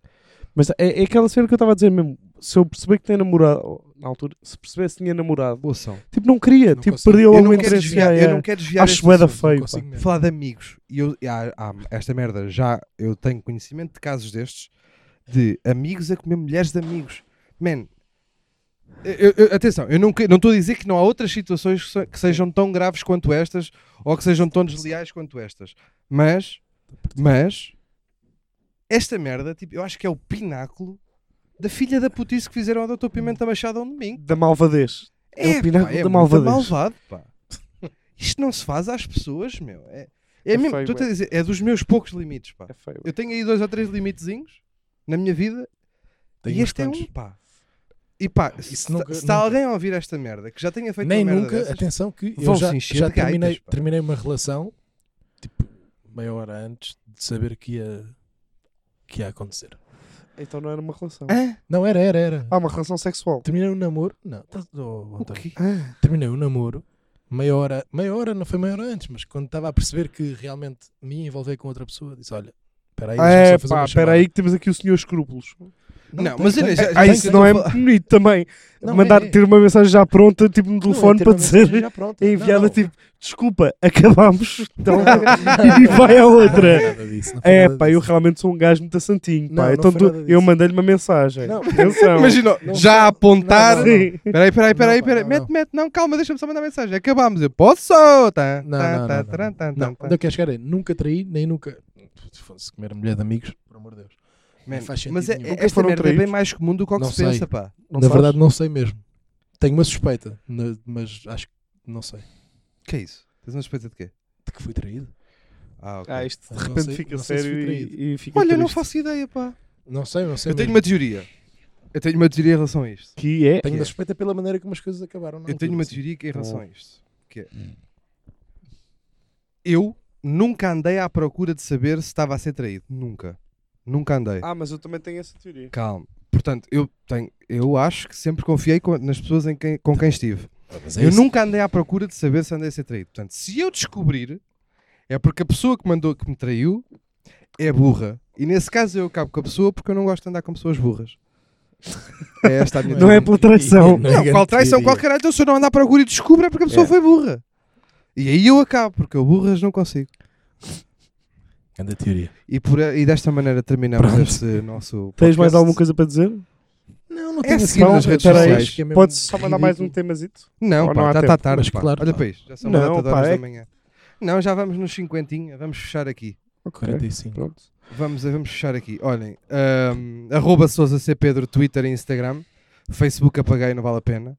Mas é, é aquela cena que eu estava a dizer mesmo. Se eu perceber que tem namorado. ou, Na altura, se percebesse que tinha namorado. Boa ação. Tipo, não queria. Não tipo, consigo. perdeu Eu logo o não, quero interesse. desviar, yeah, eu não yeah. quero desviar Acho este bué da assunto. f- feio, Não consigo mesmo. Falar de amigos. E eu, e há- há- esta merda, já eu tenho conhecimento de casos destes de amigos a comer mulheres de amigos. Man, eu- eu- atenção, eu não que- não estou a dizer que não há outras situações que, se- que sejam tão graves quanto estas ou que sejam tão desleais quanto estas. Mas, mas, esta merda, tipo, eu acho que é o pináculo da filha da putice que fizeram ao Dr. Pimenta Machado a um domingo. Da malvadez. É o pináculo da muito malvadez. malvado, pá. Isto não se faz às pessoas, meu. É, é, É mesmo, feio, estou a é. dizer, é dos meus poucos limites, pá. É feio. Eu tenho aí dois ou três limitezinhos na minha vida Tenho e uns este é um, quantos. pá. E pá, se, Isso nunca- se nunca. está alguém a ouvir esta merda que já tenha feito Nem uma merda nunca, dessas, atenção que eu vão-se já, encher já de gaitas, terminei, pá. terminei uma relação, tipo, meia hora antes de saber que ia, que ia acontecer. Então é não era uma relação. Hã? Não, era, era, era. Ah, uma relação sexual. Terminei o namoro. Não, tá- oh, o António. quê? Ah, terminei o namoro meia hora, meia hora, não foi meia hora antes, mas quando estava a perceber que realmente me ia envolver com outra pessoa, disse: Olha, espera aí, deixa-me é, só fazer pá, uma espera chamada. aí que temos aqui o senhor escrúpulos. Não, mas tem, eu- tem. já- Ah, Tem- isso tem- não é tem- bonito também. Não, Mandar é, é. ter uma mensagem já pronta, tipo no Não, telefone, é ter para uma mensagem dizer. já pronta. É Não, enviada não. tipo, desculpa, acabamos. Então, e Não. vai a Não outra. foi nada disso, não foi É, nada pá, eu disso. realmente sou um gajo muito santinho, pá. Não, não então foi tu- nada eu disso. mandei-lhe uma mensagem. Não. Atenção. Ah, Imagina, Não, já a apontar. não, não, não. Sim. Peraí, peraí, peraí, Não, pá, peraí. não, Mete, não. mete. Não, calma, deixa-me só mandar mensagem. Acabamos. Eu posso. Tá, tá, Não, não, tá, não, tá, não. tá, Não, tá, onde tá. eu quero chegar é, nunca traí, nem nunca. Foda-se, comer mulher de amigos, por amor de Deus. Man, faz sentido Mas é- nenhum. é- Nunca esta foram merda é bem traídos? mais comum do que o que Não se sei. pensa, pá. Não Na sabes? verdade, não sei mesmo. Tenho uma suspeita, na- mas acho que não sei. Que é isso? Tens uma suspeita de quê? De que fui traído? Ah, ok. Ah, isto de Não repente sei- fica não sei se sério fui traído. e, e fica Olha, não triste. faço ideia, pá. Não sei, não sei. Eu tenho mesmo. uma teoria. Eu tenho uma teoria em relação a isto. Que é... Tenho que é. uma suspeita pela maneira como as coisas acabaram. na Eu tenho altura, uma assim. teoria que é em relação a isto. Que é... Eu nunca andei à procura de saber se estava a ser traído. Nunca. Nunca andei. Ah, mas eu também tenho essa teoria. Calma. Portanto, eu tenho, eu acho que sempre confiei com- nas pessoas em quem- com quem estive. Ah, mas é eu isso. nunca andei à procura de saber se andei a ser traído. Portanto, se eu descobrir, é porque a pessoa que mandou que me traiu é burra. E nesse caso eu acabo com a pessoa porque eu não gosto de andar com pessoas burras. É esta a minha Não é teoria. pela traição. Não é Não, grande qual traição, teoria. qual caralho, então se eu não andar à procura e descubro é porque a pessoa É. foi burra. E aí eu acabo, porque eu burras não consigo. Grande teoria. E, por, e desta maneira terminamos Pronto. este nosso Tens mais podcast. alguma coisa para dizer? Não, não É tenho a assim seguir nas nada, redes espera aí, sociais. acho que é mesmo Podes só mandar mais um ridículo. temazito? Não, Ou pá, não há tá, tempo? tá tarde, Mas pá. claro, Olha pá. para isto, já são Não, uma data de pá, horas é da manhã. Não, já vamos nos cinquentinha, vamos fechar aqui. Ok, 45. pronto. Vamos, vamos fechar aqui. Olhem, ahm, arroba Sousa C. Pedro, Twitter e Instagram. Facebook apaguei, não vale a pena.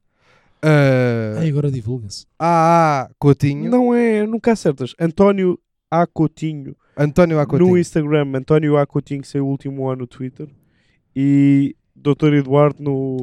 Ah, Ai, agora divulga-se. AA Coutinho, Não é, nunca acertas. António A. Coutinho, António A. Coutinho. no Instagram, António A. Coutinho, que saiu o último ano no Twitter. E Dr. Eduardo no